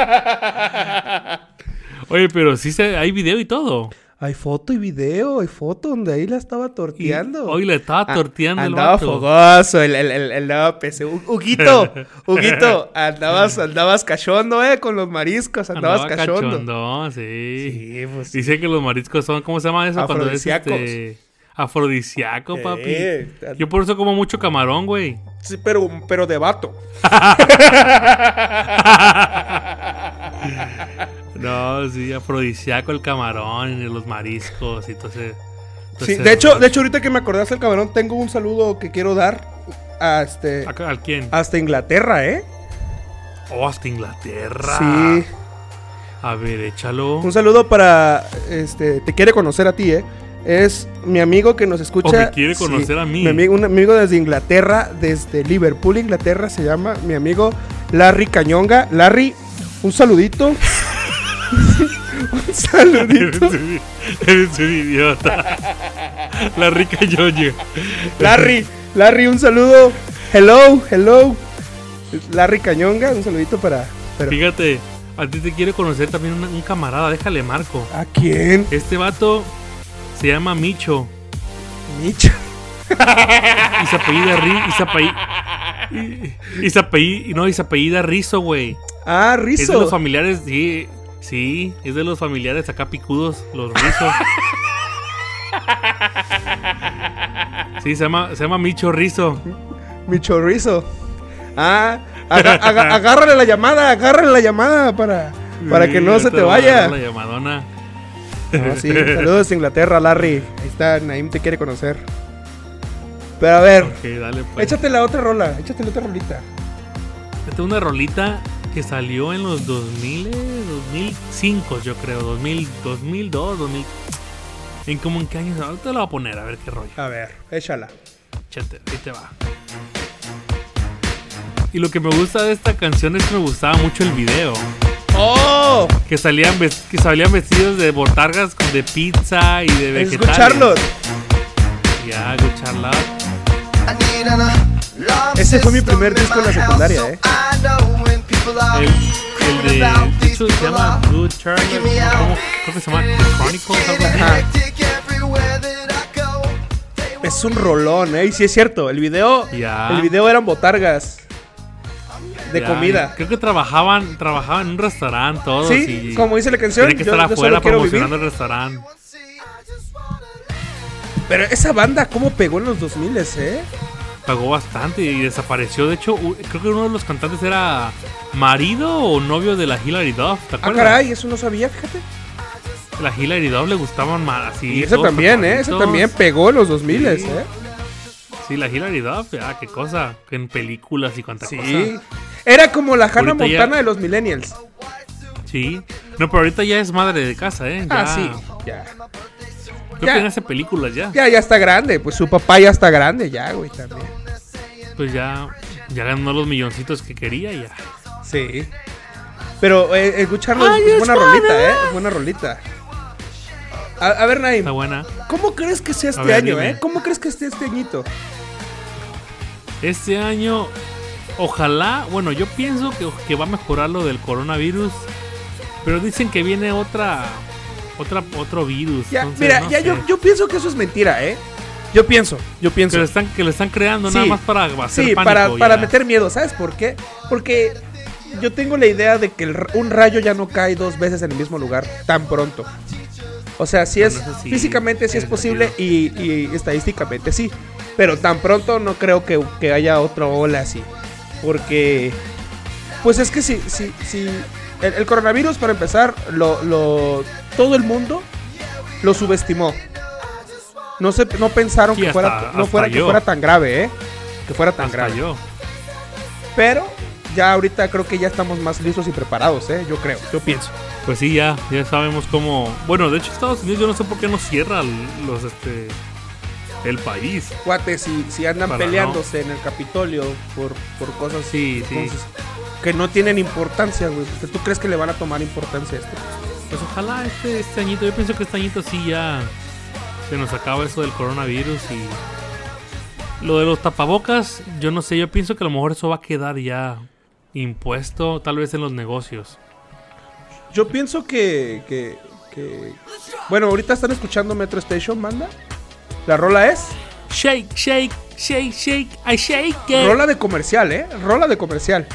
Oye, pero sí se, hay video y todo. hay foto y video, hay foto donde ahí la estaba Y torteando. Hoy le estaba Ah, torteando el andaba vato. fogoso el, el, el, el López. Hu- Huguito, Huguito, andabas, andabas cachondo, eh, con los mariscos, andabas Andaba cachondo. cachondón, sí. Sí, pues, Dice que los mariscos son, ¿cómo se llama eso? Cuando es Afrodisíacos. este, afrodisíaco, papi. Eh, Yo por eso como mucho camarón, güey. sí, pero, pero de vato. No, sí, afrodisíaco el camarón y los mariscos y entonces. Pues Sí, de hecho, de hecho, ahorita que me acordaste del camarón, tengo un saludo que quiero dar a este. ¿Al quién? Hasta Inglaterra, ¿eh? Oh, hasta Inglaterra. Sí. A ver, échalo. Un saludo para. Este. Te quiere conocer a ti, ¿eh? Es mi amigo que nos escucha. O me quiere conocer a mí. Mi amigo, un amigo desde Inglaterra, desde Liverpool, Inglaterra, se llama mi amigo Larry Cañonga. Larry, un saludito. un Eres saludito. un, eres un idiota. La rica Yoyo. Larry, Larry, un saludo. Hello, hello. Larry Cañonga, un saludito para. pero- Fíjate, a ti te quiere conocer también un, un camarada, déjale marco. ¿A quién? Este vato se llama Micho Micha. y se apellida Ri- y se apelli- y- y se apelli- y no, y se apellida Rizo, güey. Ah, Es de los Rizo. familiares, sí, sí, es de los familiares acá picudos, los Rizos. Sí, se llama, se llama Micho Rizo. Micho Rizo. Ah, aga- aga- agárrale la llamada, agárrale la llamada para, para que Sí, no se ahorita te le voy a vaya. dar La llamadona. No, sí, saludos Inglaterra, Larry. Ahí está, Naim te quiere conocer. Pero a ver, Ok, dale, pues. échate la otra rola, échate la otra rolita. Esta es una rolita que salió en los 2000, eh, 2005, yo creo, 2000, 2002, 2000. En como en qué años, ahorita la voy a poner, a ver qué rollo. A ver, échala. Chete, ahí te va. Y lo que me gusta de esta canción es que me gustaba mucho el video. ¡Oh! Que salían, ves- que salían vestidos de botargas con- de pizza y de vegetales. Escucharlos. Ya, escucharla. Ese fue mi primer disco en la secundaria, eh. El, el de. de hecho, se llama Good Charlotte. ¿cómo? Creo que se llama Chronicles. algo así. Ajá. Es un rolón, ¿eh? Y sí es cierto, el video, Ya. el video eran botargas de Ya, comida. Creo que trabajaban, trabajaban en un restaurante todos. Sí, y como dice la canción, Tienen que yo- estar yo afuera solo quiero promocionando vivir. el restaurante. Pero esa banda, ¿cómo pegó en los 2000, eh? Pagó bastante y desapareció. De hecho, u- creo que uno de los cantantes era marido o novio de la Hilary Duff. ¿Te Ah, acuerdas? caray, eso no sabía, fíjate. La Hilary Duff le gustaban más así. Y esa todos también, ¿eh? Esa tapacitos. también pegó en los 2000, Sí. ¿eh? Sí, la Hilary Duff. Ah, qué cosa. En películas y cuánta Sí. cosa. Era como la Hannah Ahorita ya- Montana de los millennials. Sí. No, pero ahorita ya es madre de casa, ¿eh? Ah, Ya. sí. Ya. Creo Ya. que ya hace películas ya. ya, ya está grande. Pues su papá ya está grande, ya, güey, también. Pues ya, ya ganó los milloncitos que quería y ya. Sí. Pero eh, escucharlo es- es buena rolita, ¿eh? Es buena rolita. A, a ver, Naim, Está buena. ¿cómo crees que sea este ver, año, dime. eh? ¿Cómo crees que esté este añito? Este año, ojalá, bueno, yo pienso que, que va a mejorar lo del coronavirus, pero dicen que viene otra, otra, otro virus. Ya, entonces, mira, no ya sé. yo, yo pienso que eso es mentira, ¿eh? Yo pienso, yo que pienso. lo están, que lo están creando nada Sí. más para hacer Sí, pánico. para, ya. para meter miedo, ¿sabes por qué? Porque yo tengo la idea de que el r- un rayo ya no cae dos veces en el mismo lugar tan pronto. O sea, si es eso sí, físicamente sí es tiene posible y, y estadísticamente sí, pero tan pronto no creo que, que haya otra ola así, porque pues es que si si si el, el coronavirus para empezar lo, lo todo el mundo lo subestimó. No se no pensaron Sí, que hasta- fuera no hasta fuera que yo. fuera tan grave, ¿eh? Que fuera tan Hasta grave. yo. Pero ya ahorita creo que ya estamos más listos y preparados, ¿eh? Yo creo, yo pienso. Pues sí, ya, ya sabemos cómo. Bueno, de hecho Estados Unidos yo no sé por qué no cierra l- los este el país. Cuates, si, si andan Para peleándose en el Capitolio por, por cosas Sí, sí. entonces, que no tienen importancia, güey. porque ¿Tú crees que le van a tomar importancia a esto? Pues ojalá este, este añito, yo pienso que este añito sí ya se nos acaba eso del coronavirus y lo de los tapabocas, yo no sé, yo pienso que a lo mejor eso va a quedar ya impuesto tal vez en los negocios. Yo pienso que, que, que- Bueno, ahorita están escuchando Metro Station, manda. La rola es... Shake, shake, shake, shake, I shake it. Rola de comercial, ¿eh? Rola de comercial.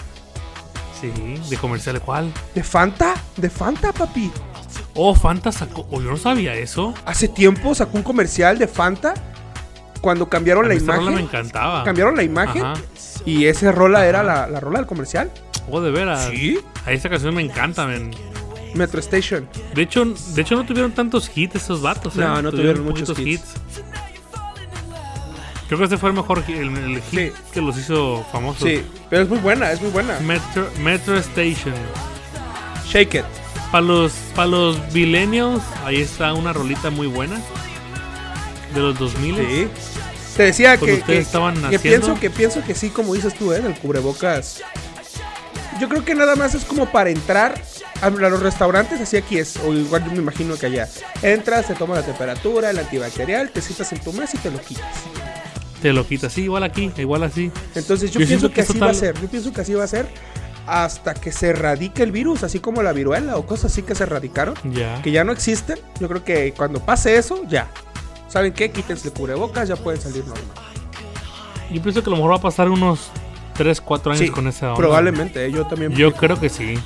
Sí, de comercial cuál? ¿De Fanta? ¿De Fanta, papi? Oh, Fanta sacó, oh, yo no sabía eso. Hace tiempo sacó un comercial de Fanta cuando cambiaron A la mí esta rola imagen. me encantaba. cambiaron la imagen Ah. Ajá. y esa rola era la, la rola del comercial. Oh, de veras. A esta canción me encanta, men. Metro Station. De hecho, de hecho no tuvieron tantos hits esos vatos. ¿eh? No, no tuvieron muchos poquitos hits. Creo que este fue el mejor hi- el, el hit Sí. que los hizo famosos. Sí, pero es muy buena, es muy buena. Metro, Metro Station. Shake it. Para los, pa' los millennials, ahí está una rolita muy buena. De los 2000. Sí. Te decía Cuando que, Pues ustedes que- estaban que naciendo. pienso que pienso que sí, como dices tú, ¿eh? del cubrebocas. Yo creo que nada más es como para entrar a los restaurantes, así aquí es, o igual yo me imagino que allá. Entras, te tomas la temperatura, el antibacterial, te sientas en tu mesa y te lo quitas. Te Te lo quitas. Sí, igual aquí, igual así. Entonces yo, Yo siento pienso que, que así total- va a ser. Yo pienso que así va a ser hasta que se erradique el virus, así como la viruela o cosas así que se erradicaron, Ya. que ya no existen. Yo creo que cuando pase eso, ya. ¿Saben qué? Quítense el cubrebocas, ya pueden salir normal. Yo pienso que a lo mejor va a pasar unos 3, 4 años Sí, con esa onda. probablemente. eh, Yo también. Yo creo que sí.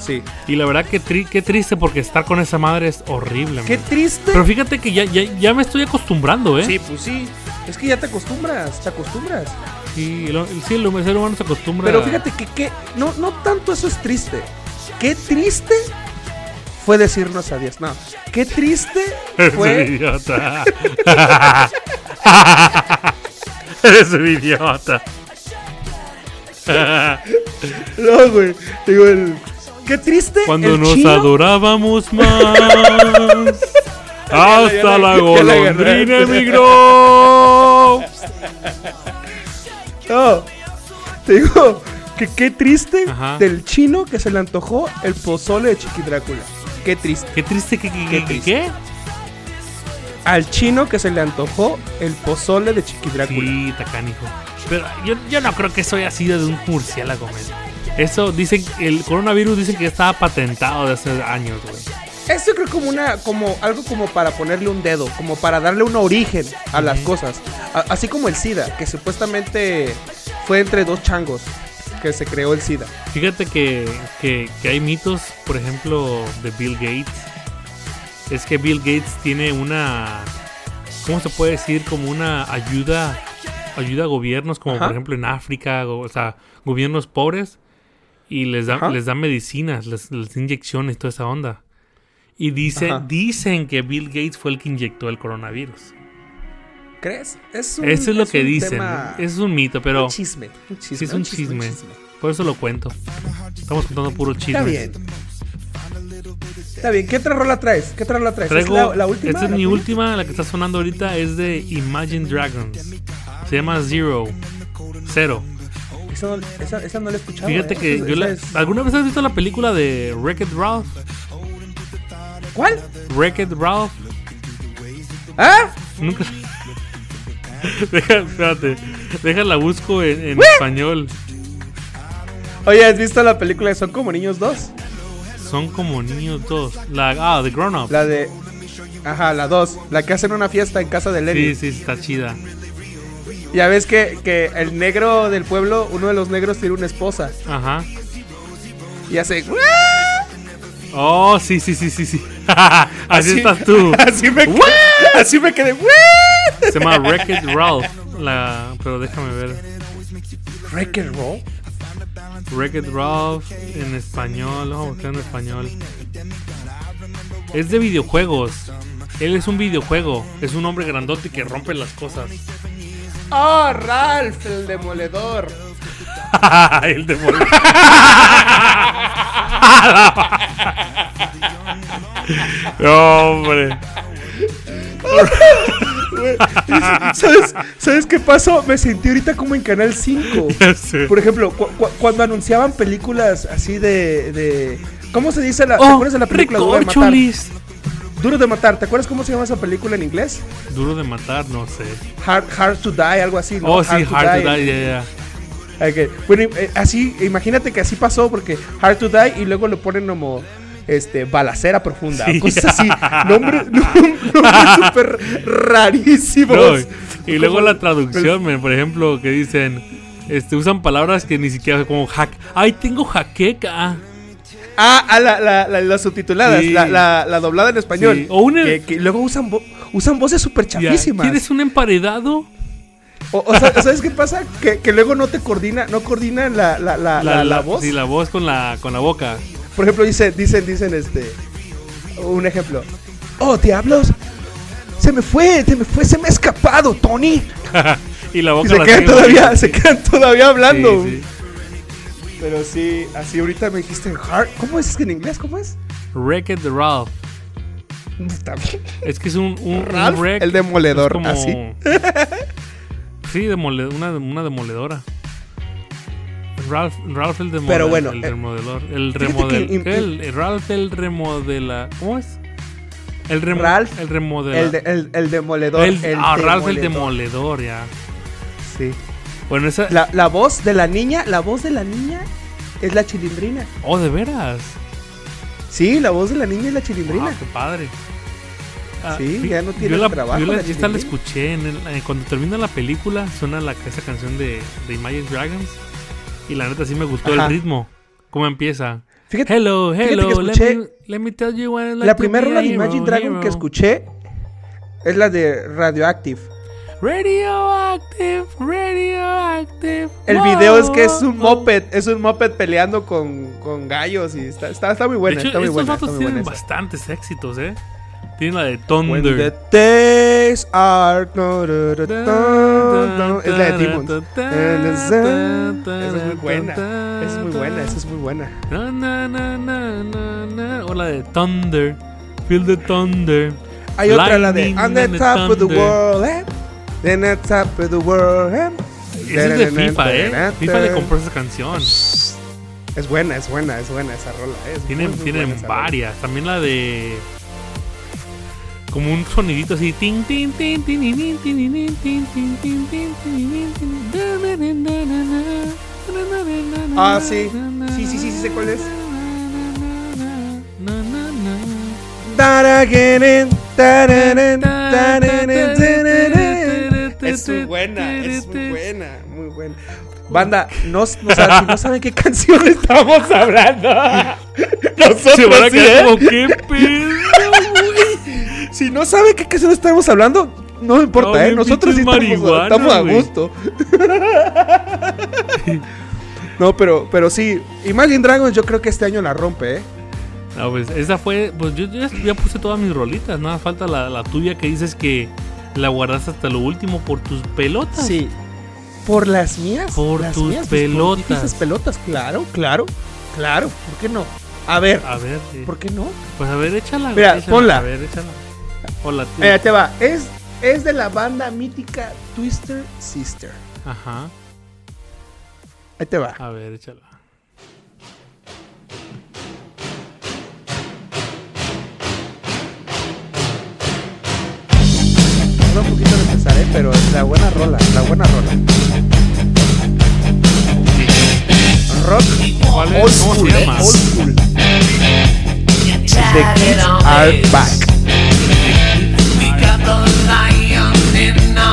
Sí. Y la verdad que tri- qué triste porque estar con esa madre es horrible. Qué man. triste. Pero fíjate que ya, ya, ya me estoy acostumbrando, ¿eh? Sí, pues sí. Es que ya te acostumbras, te acostumbras. Sí, lo- sí, el hum- el ser humano se acostumbra. Pero fíjate que, que no, no tanto eso es triste. Qué triste fue decirnos adiós. No. Qué triste Eres un fue. idiota. Eres un idiota. No, güey. Digo, el- Qué triste. Cuando el nos chino- adorábamos más. Hasta la ya la- ya la golondrina agarraste. emigró. No. Te digo que qué triste Ajá. del chino que se le antojó el pozole de Chiqui Drácula. Qué triste. Qué triste que, que, Qué que- triste. ¿qué? Al chino que se le antojó el pozole de Chiqui Drácula. Sí, tacánico. Pero yo, yo no creo que eso haya sido de un murciélago, men. Eso dicen, el coronavirus dicen que ya estaba patentado de hace años, güey. Esto creo como una, como algo como para ponerle un dedo, como para darle un origen a las cosas. A- así como el SIDA, que supuestamente fue entre dos changos que se creó el SIDA. Fíjate que, que- que hay mitos, por ejemplo, de Bill Gates. Es que Bill Gates tiene una, ¿cómo se puede decir? Como una ayuda, ayuda a gobiernos, como Ajá. por ejemplo en África, go- o sea, gobiernos pobres, y les Ajá. da, les da medicinas, les, les inyecciones, toda esa onda. Y dice, Ajá. dicen que Bill Gates fue el que inyectó el coronavirus. ¿Crees? Es Eso es lo que un dicen. tema- Es un mito, pero un chisme. Un chisme. sí es un un chisme, un chisme. chisme. Por eso lo cuento. Estamos contando puro chisme. Está bien. Está bien. ¿Qué otra rola traes? ¿Qué otra rola traes? Traigo, ¿Es la, la última? esta es ¿La mi tuya? última, la que está sonando ahorita es de Imagine Dragons. Se llama Zero. Cero. Esa no, esa, esa no la he escuchado. Fíjate eh. que Esa- yo la- ah. esa es- ¿Alguna vez has visto la película de Wreck-It Ralph? ¿Cuál? Wreck-It Ralph. ¿Ah? Nunca. Deja, espérate. Déjala busco en, en español. Oye, ¿has visto la película de Son como niños dos? Son como niños dos. La, ah, The Grown Up. La de. Ajá, la 2. La que hacen una fiesta en casa de Sí, Lenny. sí, está chida. Ya ves que, que el negro del pueblo, uno de los negros tiene una esposa. Ajá. Y hace. Oh, sí, sí, sí, sí, sí. Así estás tú. Así me, quedé- así me quedé. Se llama Wreck-It Ralph. La, pero déjame ver. Wreck and Roll. Wreck-It Ralph en español. Vamos a buscar en español. Es de videojuegos. Él es un videojuego. Es un hombre grandote que rompe las cosas. Oh, Ralph, el demoledor. El demonio. no, hombre. ¿Sabes, ¿Sabes qué pasó? Me sentí ahorita como en Canal 5. Ya sé. Por ejemplo, cu- cu- cuando anunciaban películas así de. de- ¿Cómo se dice la, ¿te Oh, acuerdas de la película Duro de Matar? recorcholis. Duro de Matar, ¿te acuerdas cómo se llama esa película en inglés? Duro de matar, no sé. Hard, hard to Die, algo así. ¿no? Oh, sí, Hard to Die, ya, ya. Ok, Bueno, eh, así, imagínate que así pasó porque Hard to Die y luego lo ponen como este balacera profunda, Sí. cosas así, nombres nombres súper rarísimos. No, y luego Como- la traducción, Pues, men, por ejemplo, que dicen, este, usan palabras que ni siquiera como hack. Ay, tengo jaqueca. Ah, ah, la, la, la- las subtituladas, Sí. la, la, la doblada en español. Sí, o una- que, que luego usan, vo- usan voces súper Ya, chafísimas. ¿Quieres un emparedado? O, o sea, ¿Sabes qué pasa? Que, que luego no te coordina, no coordina la, la, la, la- la voz. Sí, la voz con la, con la boca. Por ejemplo, dice, dicen, dicen este. Un ejemplo. Oh, diablos. Se me fue, se me fue, se me ha escapado, Tony. y la Y boca se la quedan tengo todavía, así. se quedan todavía Sí, hablando. sí. Pero sí, así ahorita me dijiste hard. ¿Cómo es? ¿Es que en inglés? ¿Cómo es? Wreck-It Ralph. Está bien. Es que es un, un, un Ralph, wreck, el demoledor, es como- así. sí, demole- una, una demoledora. Ralph, Ralph el demoledor. Pero bueno, el eh, remodelador. El fíjate remodel. que im- ¿qué? El, el Ralph el remodela. ¿Cómo es? El remo, Ralph, el remodela. El, de- el, el demoledor. el- ah, Ralph el demoledor. demoledor, ya. Sí. Bueno, esa. La, la voz de la niña, la voz de la niña es la chilindrina. Oh, de veras. Sí, la voz de la niña es la chilindrina. Wow, qué padre. Ah, Sí, fi- ya no tiene yo la, trabajo Yo la, la yo esta la Chilindrina. escuché. en el- eh, cuando termina la película, suena la, esa canción de, de Imagine Dragons. Y la neta sí me gustó Ajá. el ritmo. ¿Cómo empieza? Fíjate, hello, fíjate hello. que escuché- let, me, let me tell you what I like la to primera be a rola de hero, Imagine Dragon hero. que escuché es la de Radioactive. Radioactive, radioactive. El wow, video es que es un wow. moped, es un moped peleando con, con gallos y está, está, está muy buena, de hecho, está muy estos buena. vatos está muy tienen buena esa. bastantes éxitos, ¿eh? Tienen la de When Thunder. the days are no, no, no, no, no. Es la de Demons. Esa es muy buena. Esa es muy buena, esa es muy buena. Na, na, na, na, na, na. O la de Thunder. Feel the Thunder. Hay otra, la de Lightning On the and the top of the Thunder. world, eh. On the top of the world, eh. Esa es de FIFA, ¿eh? FIFA le compró esa canción. Es buena, es buena, es buena esa rola. eh. Es Tienen, muy, muy tienen buena esa rola. varias. También la de. Como un sonidito así. tin, tin, tin, tin, tin, tin, tin, tin, tin, tin, tin, tin, tin, tin, tin, tin, tin. Ah, sí. Sí, sí, sí, sí, sé cuál es. Tarararán, tarararán, tarararán, tarararán. Es muy buena, es muy buena, muy buena. Banda, no, s- o sea, si no saben qué canción estamos hablando. Se van a Nosotros sí, quedar ¿eh? como, ¿qué pedo, güey? Si no saben qué canción estamos hablando, no me importa, No, ¿eh? bien Nosotros sí pinches estamos, marihuana, estamos a güey. gusto. no, pero, pero sí, Imagine Dragons yo creo que este año la rompe, ¿eh? No, pues esa fue. Pues yo, yo ya puse todas mis rolitas. Nada falta la, la tuya que dices que la guardaste hasta lo último por tus pelotas. Sí. Por las mías. Ah. Por las tus mías, pelotas. Por mis pelotas, claro, claro, claro. ¿Por qué no? A ver, A ver, eh, ¿por qué no? pues a ver, échala. Mira, échala, ponla. A ver, échala. Hola, tío. Eh, te va. Es, es de la banda mítica Twister Sister. Ajá. Ahí te va. A ver, échala. Tarda un poquito en empezar, ¿eh? Pero es la buena rola, la buena rola. Rock ¿Cuál old es? ¿Cómo school, se ¿eh? llama? Old school. The kids are back.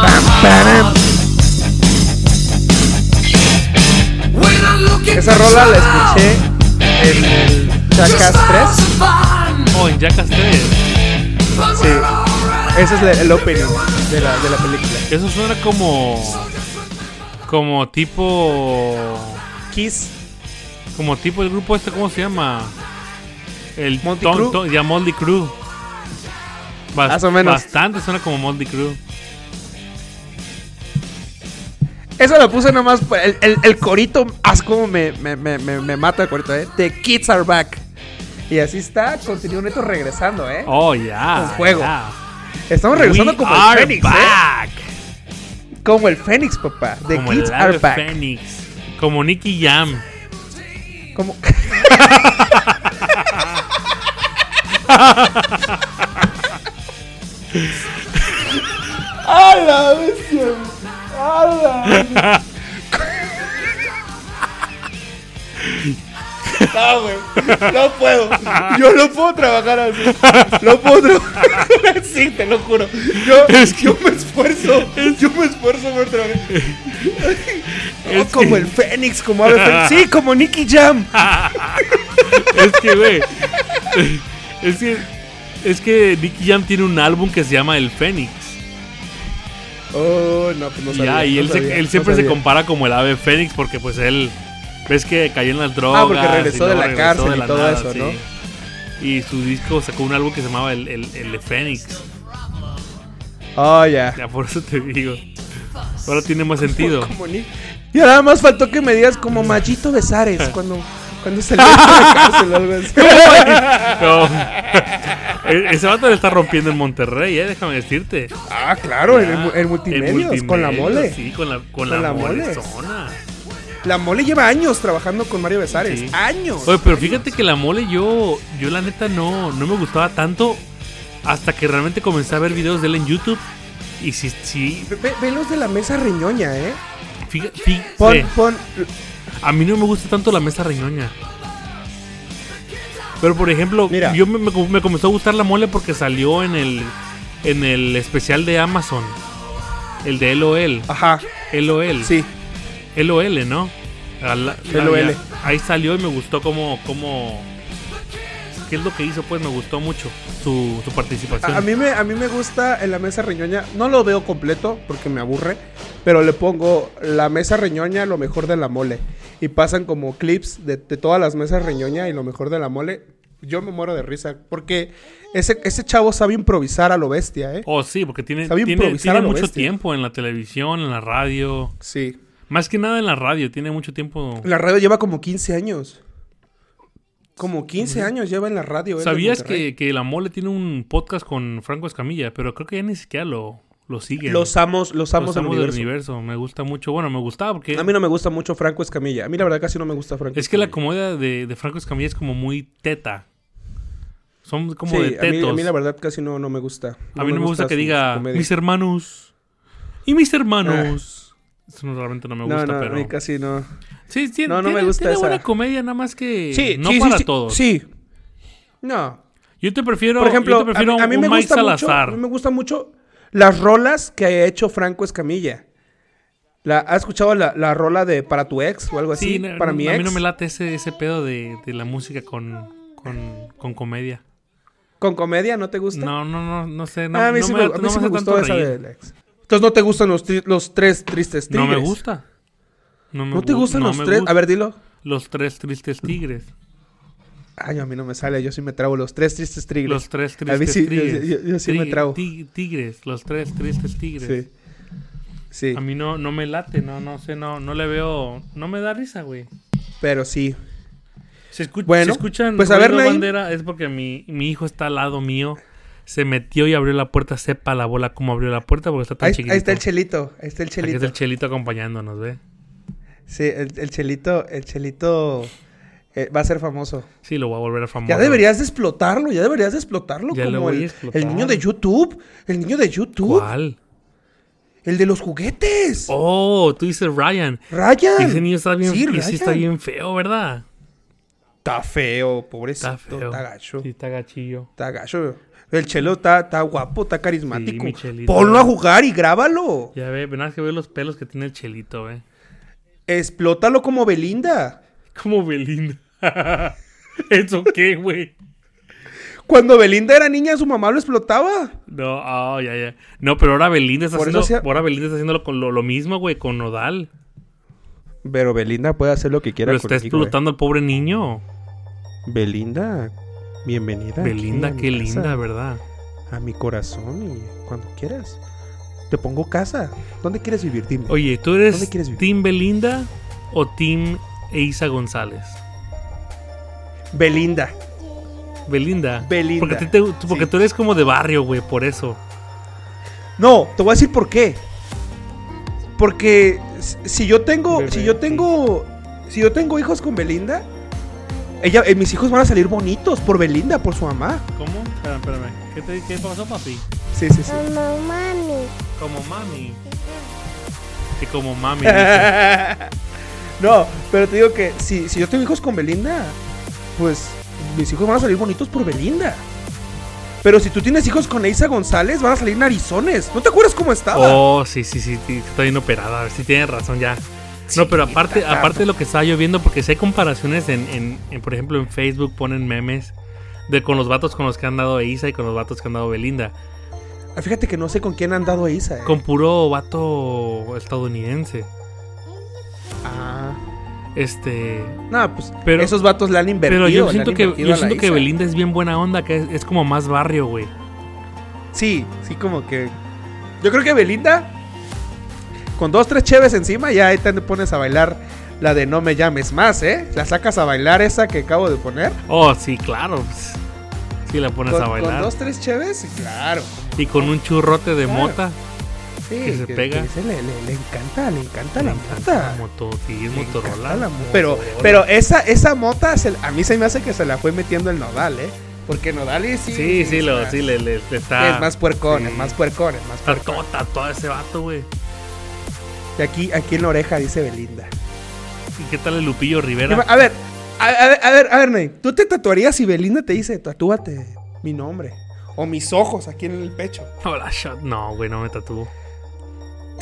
Pam, pam. Esa rola la escuché en el Chacas 3. Oh, en Jackass 3. Sí. Ese es la- el opening de la, de la película. Eso suena como. Como tipo. Kiss. Como tipo el grupo este, ¿cómo se llama? El Motley Tom- Crue. Tom- ya Moldy Crew. Más o menos. Bastante suena como Moldy Crew. Eso lo puse nomás. por- El, el, el corito, haz como me, me, me, me, me mata el corito, ¿eh? The kids are back. Y así está, contenido neto regresando, ¿eh? Oh, ya. Con fuego. ya. Estamos regresando We como el are Fénix, back. ¿eh? Como el Fénix, papá. The como kids el are ave back. Fénix. Como Nicky Jam. Como. ¡A la bestia! ¡A la bestia! No, güey. No puedo. Yo no puedo trabajar así. No puedo trabajar así, te lo juro. Yo, Es que- yo me esfuerzo. Yo me esfuerzo por trabajar. No, Es como que- el Fénix, como Ave Fénix. Sí, como Nicky Jam. es que, güey. Es que, es que Nicky Jam tiene un álbum que se llama El Fénix. Oh, no, pues no Y sabía. ya, y no él, se- sabía, él no siempre se sabía. compara como el ave Fénix porque, pues, él. Ves que cayó en las drogas. Ah, porque regresó y de luego la regresó cárcel de y la todo eso, ¿no? Y su disco sacó un álbum que se llamaba El, el, el Fénix. Oh, ya. Ya por eso te digo. Ahora tiene más sentido. Como ni- Y nada más faltó que me digas como Machito Besares cuando, cuando salió de la cárcel o algo así. No. E- Ese vato le está rompiendo en Monterrey, eh, déjame decirte. ah, claro, en, el mu- en En multimedios, con la multimedios, mole. Sí, con la, con Con la, la mole. molezona. La mole lleva años trabajando con Mario Besares. Sí. Años. Oye, pero fíjate que la mole yo, yo la neta no, no me gustaba tanto hasta que realmente comencé a ver videos de él en YouTube. Y sí, sí, Ve- ve- Ve los de la mesa riñoña, ¿eh? Fija- fi- Pon, eh, pon. a mí no me gusta tanto la mesa reñoña. Pero por ejemplo, Mira. yo me, me com- me comenzó a gustar la mole porque salió en el en el especial de Amazon. El de LOL. Ajá, LOL. sí. LOL, ¿no? A la- la- LOL. ahí salió y me gustó como, como... ¿Qué es lo que hizo? Pues me gustó mucho su, su participación. A, a mí me, a mí me gusta en la mesa reñoña. No lo veo completo porque me aburre. Pero le pongo la mesa reñoña, lo mejor de la mole. Y pasan como clips de, de todas las mesas reñoña y lo mejor de la mole. Yo me muero de risa. Porque ese, ese chavo sabe improvisar a lo bestia, ¿eh? Oh, sí, porque tiene, Sabe tiene, improvisar tiene a lo mucho bestia. tiempo en la televisión, en la radio. Sí. Más que nada en la radio, tiene mucho tiempo. La radio lleva como 15 años. Como 15 años lleva en la radio. él en ¿Sabías Monterrey. que, que La Mole tiene un podcast con Franco Escamilla? Pero creo que ya ni siquiera lo, lo siguen. Los amos, los amos, Los del amos del universo. universo. Me gusta mucho. Bueno, me gustaba porque... A mí no me gusta mucho Franco Escamilla. A mí la verdad casi no me gusta Franco. Es que la Escamilla. comedia de, de Franco Escamilla es como muy teta. Son como de Sí, a tetos. mí, a mí la verdad casi no, no me gusta. no me gusta que su- diga su comedia. Ah, mis hermanos y mis hermanos. Eso no, realmente no me gusta, no, no, pero. a mí casi no. Sí, sí, no, no me tiene- gusta tiene esa. buena comedia, nada más que no para todos. Sí. No. Yo te prefiero, Por ejemplo, yo te prefiero a, mí- a mí un me Mike gusta Salazar. mucho, a mí me gusta mucho las rolas que ha hecho Franco Escamilla. La, ¿Has escuchado la, la rola de Para tu ex o algo así? Sí, no- para mi a ex. mí no me late ese, ese pedo de, de la música con, con, con comedia. ¿Con comedia no te gusta? No, no, no, no sé. No, Ah, a mí no sí me, me, no a mí sí me me hace gustó tanto esa reír. de Lex. Entonces no te gustan los, tri- los tres tristes No tigres. me gusta. No, me ¿No te gu- gustan no los me tres? gusta. A ver, dilo. Los tres tristes tigres. Ay, a mí no me sale, yo sí me trago los tres tristes tigres. Los tres A mí tristes sí, yo- tigres. Yo, yo sí me Tig- trago. tig- tigres, los tres tristes tigres. Sí. Sí, A mí no, no me late, no, no sé, no, no le veo, no me da risa, güey. pero sí. Se, escu- Bueno, se escuchan pues a ver, ruido, Naim. bandera, es porque mi, mi hijo está al lado mío, se metió y abrió la puerta, sepa la bola cómo abrió la puerta porque está tan Ahí, chiquito. ahí está el chelito, ahí está el Aquí chelito. está el chelito acompañándonos, ¿ve? Sí, el, el chelito, el chelito eh, va a ser famoso. Sí, lo voy a volver a famoso. Ya deberías de explotarlo, ya deberías de explotarlo Ya lo como voy a el, explotar. el niño de YouTube, el niño de YouTube, ¿Cuál? el de los juguetes. Oh, tú dices Ryan. Ryan. Ese niño está bien, Sí, y sí está Ryan. bien feo, ¿verdad? Está feo, pobrecito. Está feo. gacho. Sí, está gachillo. Está gacho. El chelo está, está guapo, está carismático. mi Chelito. Ponlo a jugar y grábalo. Ya ve, nada más que veo los pelos que tiene el chelito, ¿ve? Explótalo como Belinda. Como Belinda. ¿Eso qué, güey? Cuando Belinda era niña, su mamá lo explotaba. No, ah, ya, ya. No, pero ahora Belinda está Por eso haciendo, hacía- ahora Belinda está haciendo lo, con lo, lo mismo, güey, con Nodal. Pero Belinda puede hacer lo que quiera Pero está conmigo, eh. explotando al pobre niño. Belinda, bienvenida. aquí a Belinda, mi qué casa, linda, ¿verdad? A mi corazón y cuando quieras. Te pongo casa. ¿Dónde quieres vivir? Dime. Oye, ¿tú ¿Dónde eres quieres vivir? Team Belinda o Team Eiza González? Belinda. Belinda. Belinda. Porque, a ti te- tú, porque Sí. tú eres como de barrio, güey, por eso. No, te voy a decir por qué. Porque s- si yo tengo, si yo tengo, si yo tengo hijos con Belinda, ella, eh, mis hijos van a salir bonitos por Belinda, por su mamá. ¿Cómo? Espérame, espérame. ¿Qué, te, ¿Qué pasó, papi? Sí, sí, sí. Mamá, mami. Como mami. Sí, como mami. dice. no, pero te digo que si, si yo tengo hijos con Belinda, pues mis hijos van a salir bonitos por Belinda. Pero si tú tienes hijos con Eiza González, van a salir narizones. ¿No te acuerdas cómo estaba? Oh, sí, sí, sí, sí, está bien operada. A ver si tienes razón ya. No, pero aparte, aparte de lo que estaba yo viendo, porque si hay comparaciones en, en- en, por ejemplo, en Facebook ponen memes de con los vatos con los que han dado Isa y con los vatos que han dado Belinda. Ah, Fíjate que no sé con quién han dado Eiza. eh. Con puro vato estadounidense. Ah. Este. No, pues Pero- esos vatos le han invertido. pero yo le siento han que, invertido yo a la siento que Isa. Belinda es bien buena onda, que es, es como más barrio, güey. Sí, sí, como que. Yo creo que Belinda, con dos, tres cheves encima, ya ahí te pones a bailar la de No me llames más, ¿eh? La sacas a bailar esa que acabo de poner. Oh, sí, claro. pues. Sí, la pones Con, a con bailar. dos, tres cheves, claro. Y con un churrote de Claro. mota. Sí, Que se pega. ese le, le- le encanta, le encanta la Me encanta mota. la moto, sí, es Le encanta Motorola. la mo- Pero, pero esa, esa mota, se- a mí se me hace que se la fue metiendo el Nodal, ¿eh? Porque Nodal y sí. Sí, sí, es lo, más- sí le, le- le está. Es más puercón, sí. es más puercón, es más Está puercón. todo tatuado ese vato, güey. De aquí, aquí en la oreja, dice Belinda. ¿Y qué tal el Lupillo Rivera? A ver, a, a ver, a ver, a ver, Ney, ¿Tú te tatuarías si Belinda te dice, tatúate mi nombre? O mis ojos aquí en el pecho. Hola, shot. No, güey, no me tatúo.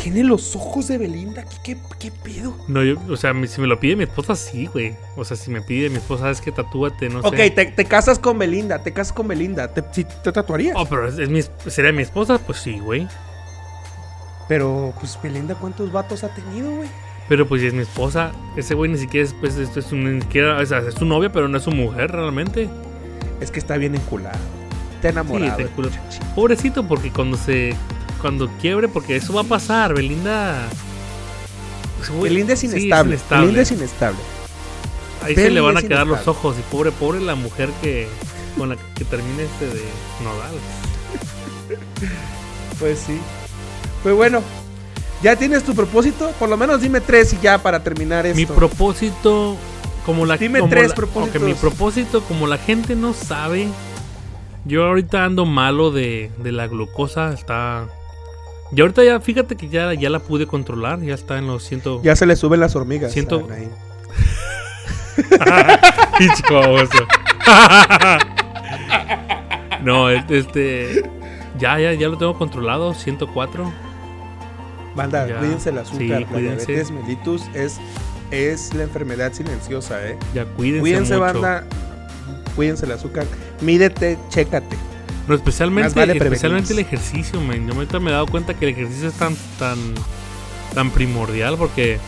Tiene los ojos de Belinda. ¿Qué, qué, qué pedo? No, yo, o sea, mi- si me lo pide mi esposa, sí, güey. O sea, si me pide mi esposa, es que tatúate, no ok, sé. te, te casas con Belinda. Te casas con Belinda. Te, sí, te tatuarías. Oh, pero es, es mi, esp- ¿sería mi esposa? Pues sí, güey. Pero, pues, Belinda, ¿cuántos vatos ha tenido, güey? Pero pues si es mi esposa. Ese güey ni siquiera es, pues, esto es un, ni siquiera, o sea, es su novia, pero no es su mujer realmente. Es que está bien enculado. Sí, Está enamorado. te juro. Pobrecito, porque cuando se. Cuando quiebre, porque eso va a pasar, Belinda. Pues, güey, Belinda es sí, inestable. inestable. Belinda es inestable. Ahí se le van a Belinda es quedar los inestable. ojos. Y pobre, pobre la mujer que. Con la que termine este de Nodal. Pues sí. Pues bueno, ya tienes tu propósito. Por lo menos dime tres y ya para terminar esto. Mi propósito. Como la Dime como tres la- propósitos. ok, mi propósito, como la gente no sabe. Yo ahorita ando malo de, de la glucosa. Está. Y ahorita ya, fíjate que ya, ya la pude controlar. Ya está en los 100. ya se le suben las hormigas. Siento- a Nain. Pinche baboso. no, este- este. Ya, ya, ya lo tengo controlado. 104. Banda, Ya. cuídense el Sí, azúcar. la cuídense. diabetes mellitus es, es la enfermedad silenciosa, ¿eh? Ya cuídense. Cuídense, mucho. banda. Cuídense el azúcar. Mídete, chécate. No, especialmente, Más vale prevenir. especialmente el ejercicio, man. Yo ahorita me he dado cuenta que el ejercicio es tan, tan, tan primordial porque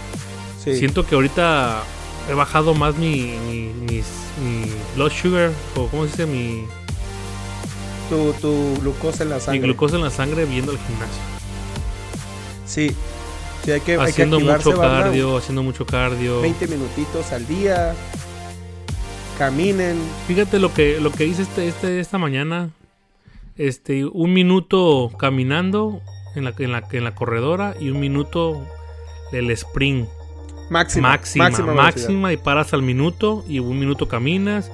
Sí. siento que ahorita he bajado más mi, mi, mis- mi blood sugar, o cómo se dice, mi, Tu, tu glucosa en la mi sangre. glucosa en la sangre viendo el gimnasio. Sí. Sí, hay que, hay que haciendo activarse, mucho banda. cardio, haciendo mucho cardio. 20 minutitos al día. Caminen. Fíjate lo que, lo que hice este, este, esta mañana. Este, un minuto caminando en la, en la, en la corredora y un minuto el sprint. Máxima. Máxima, máxima, velocidad. y paras al minuto y un minuto caminas.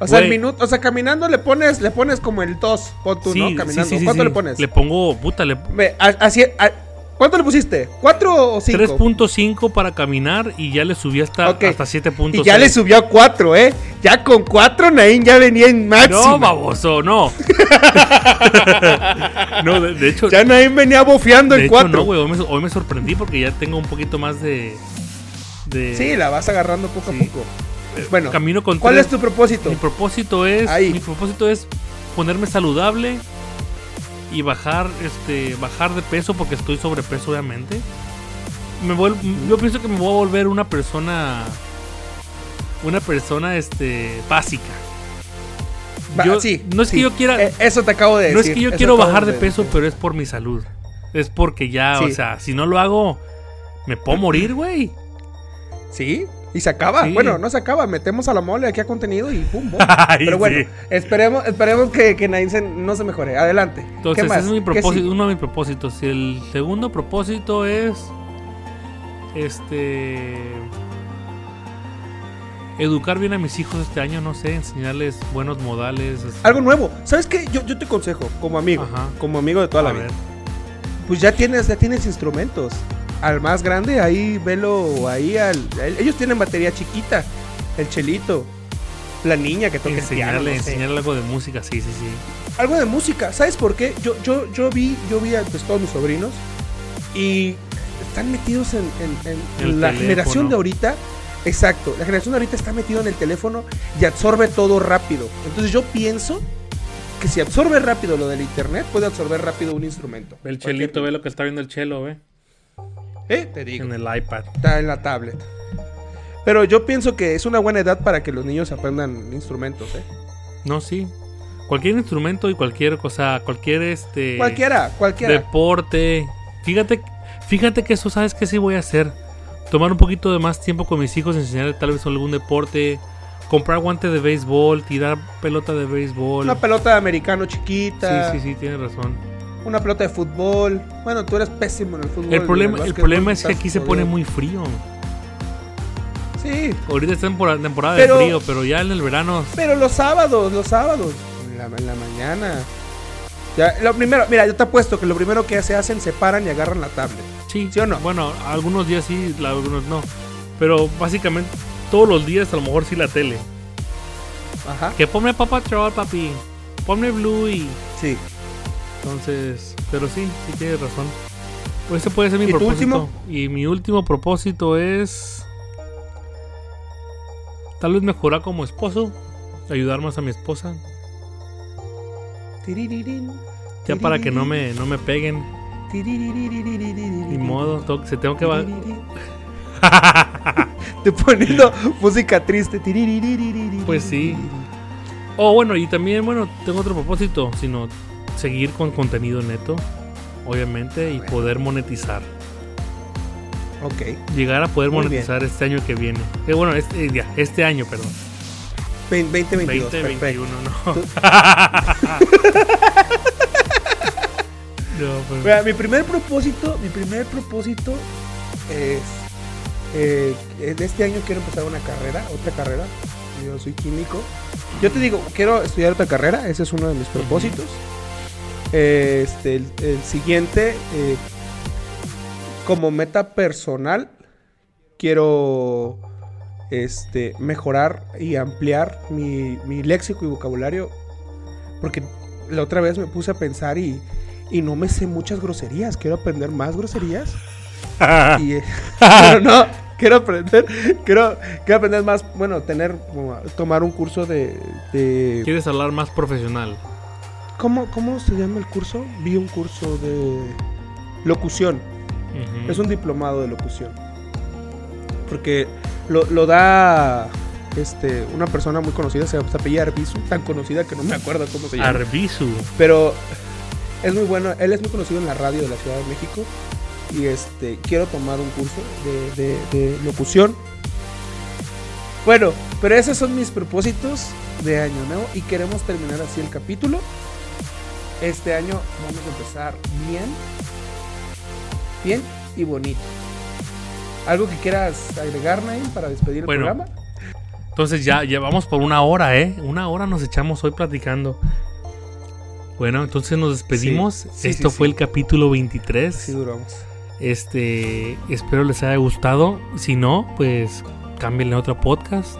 O sea, el Güey. minuto, o sea, caminando le pones, le pones como el 2, pon tú, Sí, ¿no? sí, Caminando. sí, sí, ¿Cuánto sí. le pones? Le pongo, puta, le Ve, a- así, a- ¿Cuánto le pusiste? ¿4 o 5? 3.5 para caminar y ya le subí hasta, Ok. hasta 7.6. Y ya le subió a 4, ¿eh? Ya con 4, Nain ya venía en máximo. No, baboso, no. no, de, de hecho, Ya Nain venía bofeando de en hecho, 4. no, güey. Hoy, me so- hoy me sorprendí porque ya tengo un poquito más de. de sí, la vas agarrando poco Sí. Eh, a poco. Bueno, camino con ¿cuál tres- es tu propósito? Mi propósito es. Ahí. Mi propósito es ponerme saludable y bajar, este, bajar de peso porque estoy sobrepeso, obviamente. Me vuel- yo pienso que me voy a volver una persona. Una persona este, básica. Va, yo- sí, no es que sí. yo quiera- Eh, eso te acabo de decir. No es que yo eso quiero acabo bajar de peso, decir. pero es por mi salud. Es porque ya, o Sí. sea, si no lo hago, me puedo morir, güey. Sí, y se acaba. Sí. Bueno, no se acaba. Metemos a la mole aquí a contenido y pum, bomba. Ay, Pero bueno, sí. esperemos, esperemos que, que Nain se- no se mejore. Adelante. Entonces, ¿Qué ese más? es mi ¿Qué propósito, sigue? uno de mis propósitos. Y el segundo propósito es. Este. Educar bien a mis hijos este año, no sé, enseñarles buenos modales. este, Algo nuevo. ¿Sabes qué? Yo, yo te aconsejo, como amigo, Ajá. como amigo de toda la a vida. ver. Pues ya tienes, ya tienes instrumentos. Al más grande, ahí velo, ahí al. el- ellos tienen batería chiquita. El chelito. La niña que toca el piano. Enseñarle, no sé. enseñarle algo de música, sí, sí, sí. algo de música. ¿Sabes por qué? Yo, yo, yo vi, yo vi a pues, todos mis sobrinos y están metidos en, en- en El la teléfono. generación de ahorita. Exacto, la generación de ahorita está metido en el teléfono y absorbe todo rápido. Entonces yo pienso que si absorbe rápido lo del internet, puede absorber rápido un instrumento. El chelito, ve lo que está viendo el chelo, ve. Eh, te digo. En el iPad. Está en la tablet. Pero yo pienso que es una buena edad para que los niños aprendan instrumentos, ¿eh? No, sí. Cualquier instrumento y cualquier cosa, cualquier este. cualquiera, cualquiera. deporte. Fíjate, fíjate que eso, ¿sabes qué sí voy a hacer? Tomar un poquito de más tiempo con mis hijos, enseñarles tal vez algún deporte, comprar guantes de béisbol, tirar pelota de béisbol. Una pelota de americano sí, chiquita. sí, sí, tienes razón. una pelota de fútbol. Bueno, tú eres pésimo en el fútbol. El problema, el en básquetbol problema es que estás aquí se pone jodido. muy frío. Sí, Ahorita es temporada, temporada Pero- de frío, pero ya en el verano. pero los sábados, los sábados. En la, en la mañana. Ya, lo primero, mira, yo te apuesto que lo primero que se hacen, se paran y agarran la tablet. Sí. ¿Sí o no? Bueno, algunos días sí, la- algunos no. Pero básicamente todos los días a lo mejor sí la tele. Ajá. Que ponme Papa Troll, papi. Ponme Bluey. Sí. Entonces, pero sí, sí tienes razón. Pues ese puede ser mi ¿Y tu propósito. último? Y mi último propósito es. Tal vez mejorar como esposo. Ayudar más a mi esposa. Tiririrín, Ya para que no me, no me peguen. tiriririririririririn. Ni modo. tengo que- se tengo que. va- Tiriririn. Te poniendo música triste. Tiririririririn. Pues sí. Oh, bueno, y también, bueno, tengo otro propósito, sino seguir con contenido neto, obviamente, y poder monetizar. Ok. Llegar a poder Muy monetizar este año que viene. Eh, bueno, este, eh, ya, este año, perdón. Vein- 2022. 20, perfecto. 21, no. no, pero- Mira, mi primer propósito, mi primer propósito es eh, en este año quiero empezar una carrera, otra carrera. Yo soy químico. Yo te digo, quiero estudiar otra carrera, ese es uno de mis propósitos. Eh, este, el, el siguiente, eh, como meta personal, quiero este, mejorar y ampliar mi, mi léxico y vocabulario. Porque la otra vez me puse a pensar y, y no me sé muchas groserías. Quiero aprender más groserías. y, eh, pero no, quiero aprender. Quiero, quiero aprender más. Bueno, tener. como, Tomar un curso de. de pues, ¿Quieres hablar más profesional? ¿cómo, ¿Cómo se llama el curso? Vi un curso de locución. Ujú. Es un diplomado de locución. Porque lo, lo da este, una persona muy conocida, se se apellida Arbizu, tan conocida que no me acuerdo cómo se llama. Arbizu. Pero es muy bueno, él es muy conocido en la radio de la Ciudad de México. Y este, quiero tomar un curso de, de- de locución. Bueno, pero esos son mis propósitos de año nuevo y queremos terminar así el capítulo. Este año vamos a empezar bien, bien y bonito. ¿Algo que quieras agregar, Naim, para despedir Bueno, el programa? Entonces ya, ya vamos por una hora, ¿eh? Una hora nos echamos hoy platicando. Bueno, entonces nos despedimos. Sí, sí, Esto sí, fue sí. el capítulo 23. Sí, duramos. Este, espero les haya gustado. Si no, pues cámbienle a otro podcast.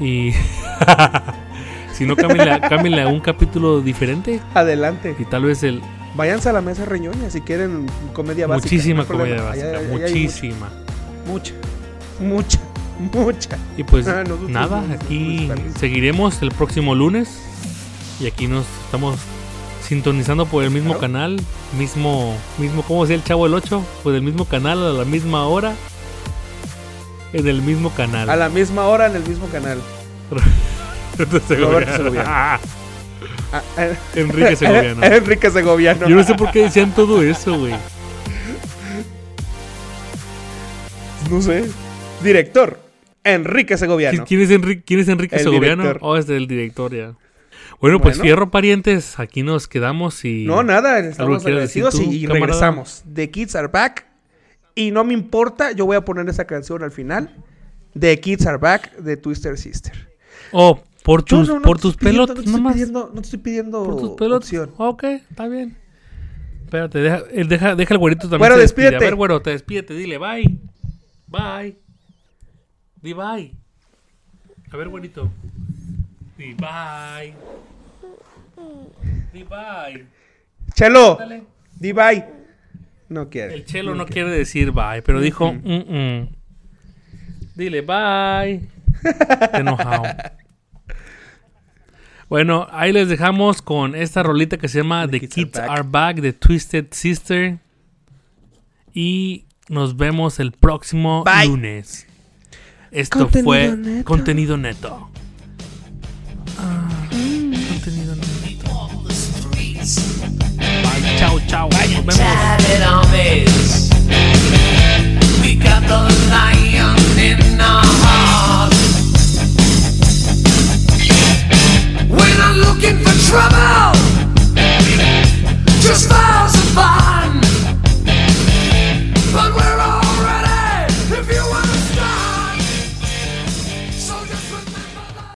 Y si no, cámbienle, a- cámbienle a un capítulo diferente. Adelante. Y tal vez el Váyanse a la mesa reñoña si quieren comedia básica. no muchísima hay problema. comedia Allá- básica. allá hay muchísima. Mucha, mucha, mucha. Y pues Ah, nosotros nada, no, aquí nosotros también. seguiremos el próximo lunes. Y aquí nos estamos sintonizando por el mismo Claro. canal, mismo, mismo, ¿cómo decía el chavo el 8? Pues el mismo canal a la misma hora, en el mismo canal. A la misma hora en el mismo canal. Roberto Roberto Segoviano. Segoviano. Ah, ah, Enrique Segoviano. Enrique Segoviano. Yo no sé por qué decían todo eso, güey. No sé. Director, Enrique ¿Qui- Segoviano. ¿Quién es Enrique, quién es Enrique El Segoviano? director. Oh, es del director ya. Bueno, pues Bueno. fierro parientes, aquí nos quedamos y No, nada, ¿Algo estamos quieres decir agradecidos tú, y, y camarada? regresamos. The Kids Are Back. Y no me importa, yo voy a poner esa canción al final. The Kids Are Back de Twister Sister. Oh, por Yo tus, no- no por te tus estoy pidiendo- pelotas, no, te nomás. estoy pidiendo, no te estoy pidiendo Por tus pelotas. Ah, opción. Ok, está bien. Espérate, deja, eh, deja, deja el güerito también. Güero, se despide. despídete. A ver, güero, te despídete, dile bye. Bye. Di bye. A ver, güerito. Di bye. Di bye. Chelo, Dale. di bye. No quiere. El chelo no quiere decir bye, pero dijo "Mm-mm". Dile bye. Enojado. Bueno, ahí les dejamos con esta rolita que se llama The, Kids, Are, Back. de Twisted Sister. Y nos vemos el próximo Bye. lunes. Esto Contenido fue neto. contenido neto. Ah, Mm.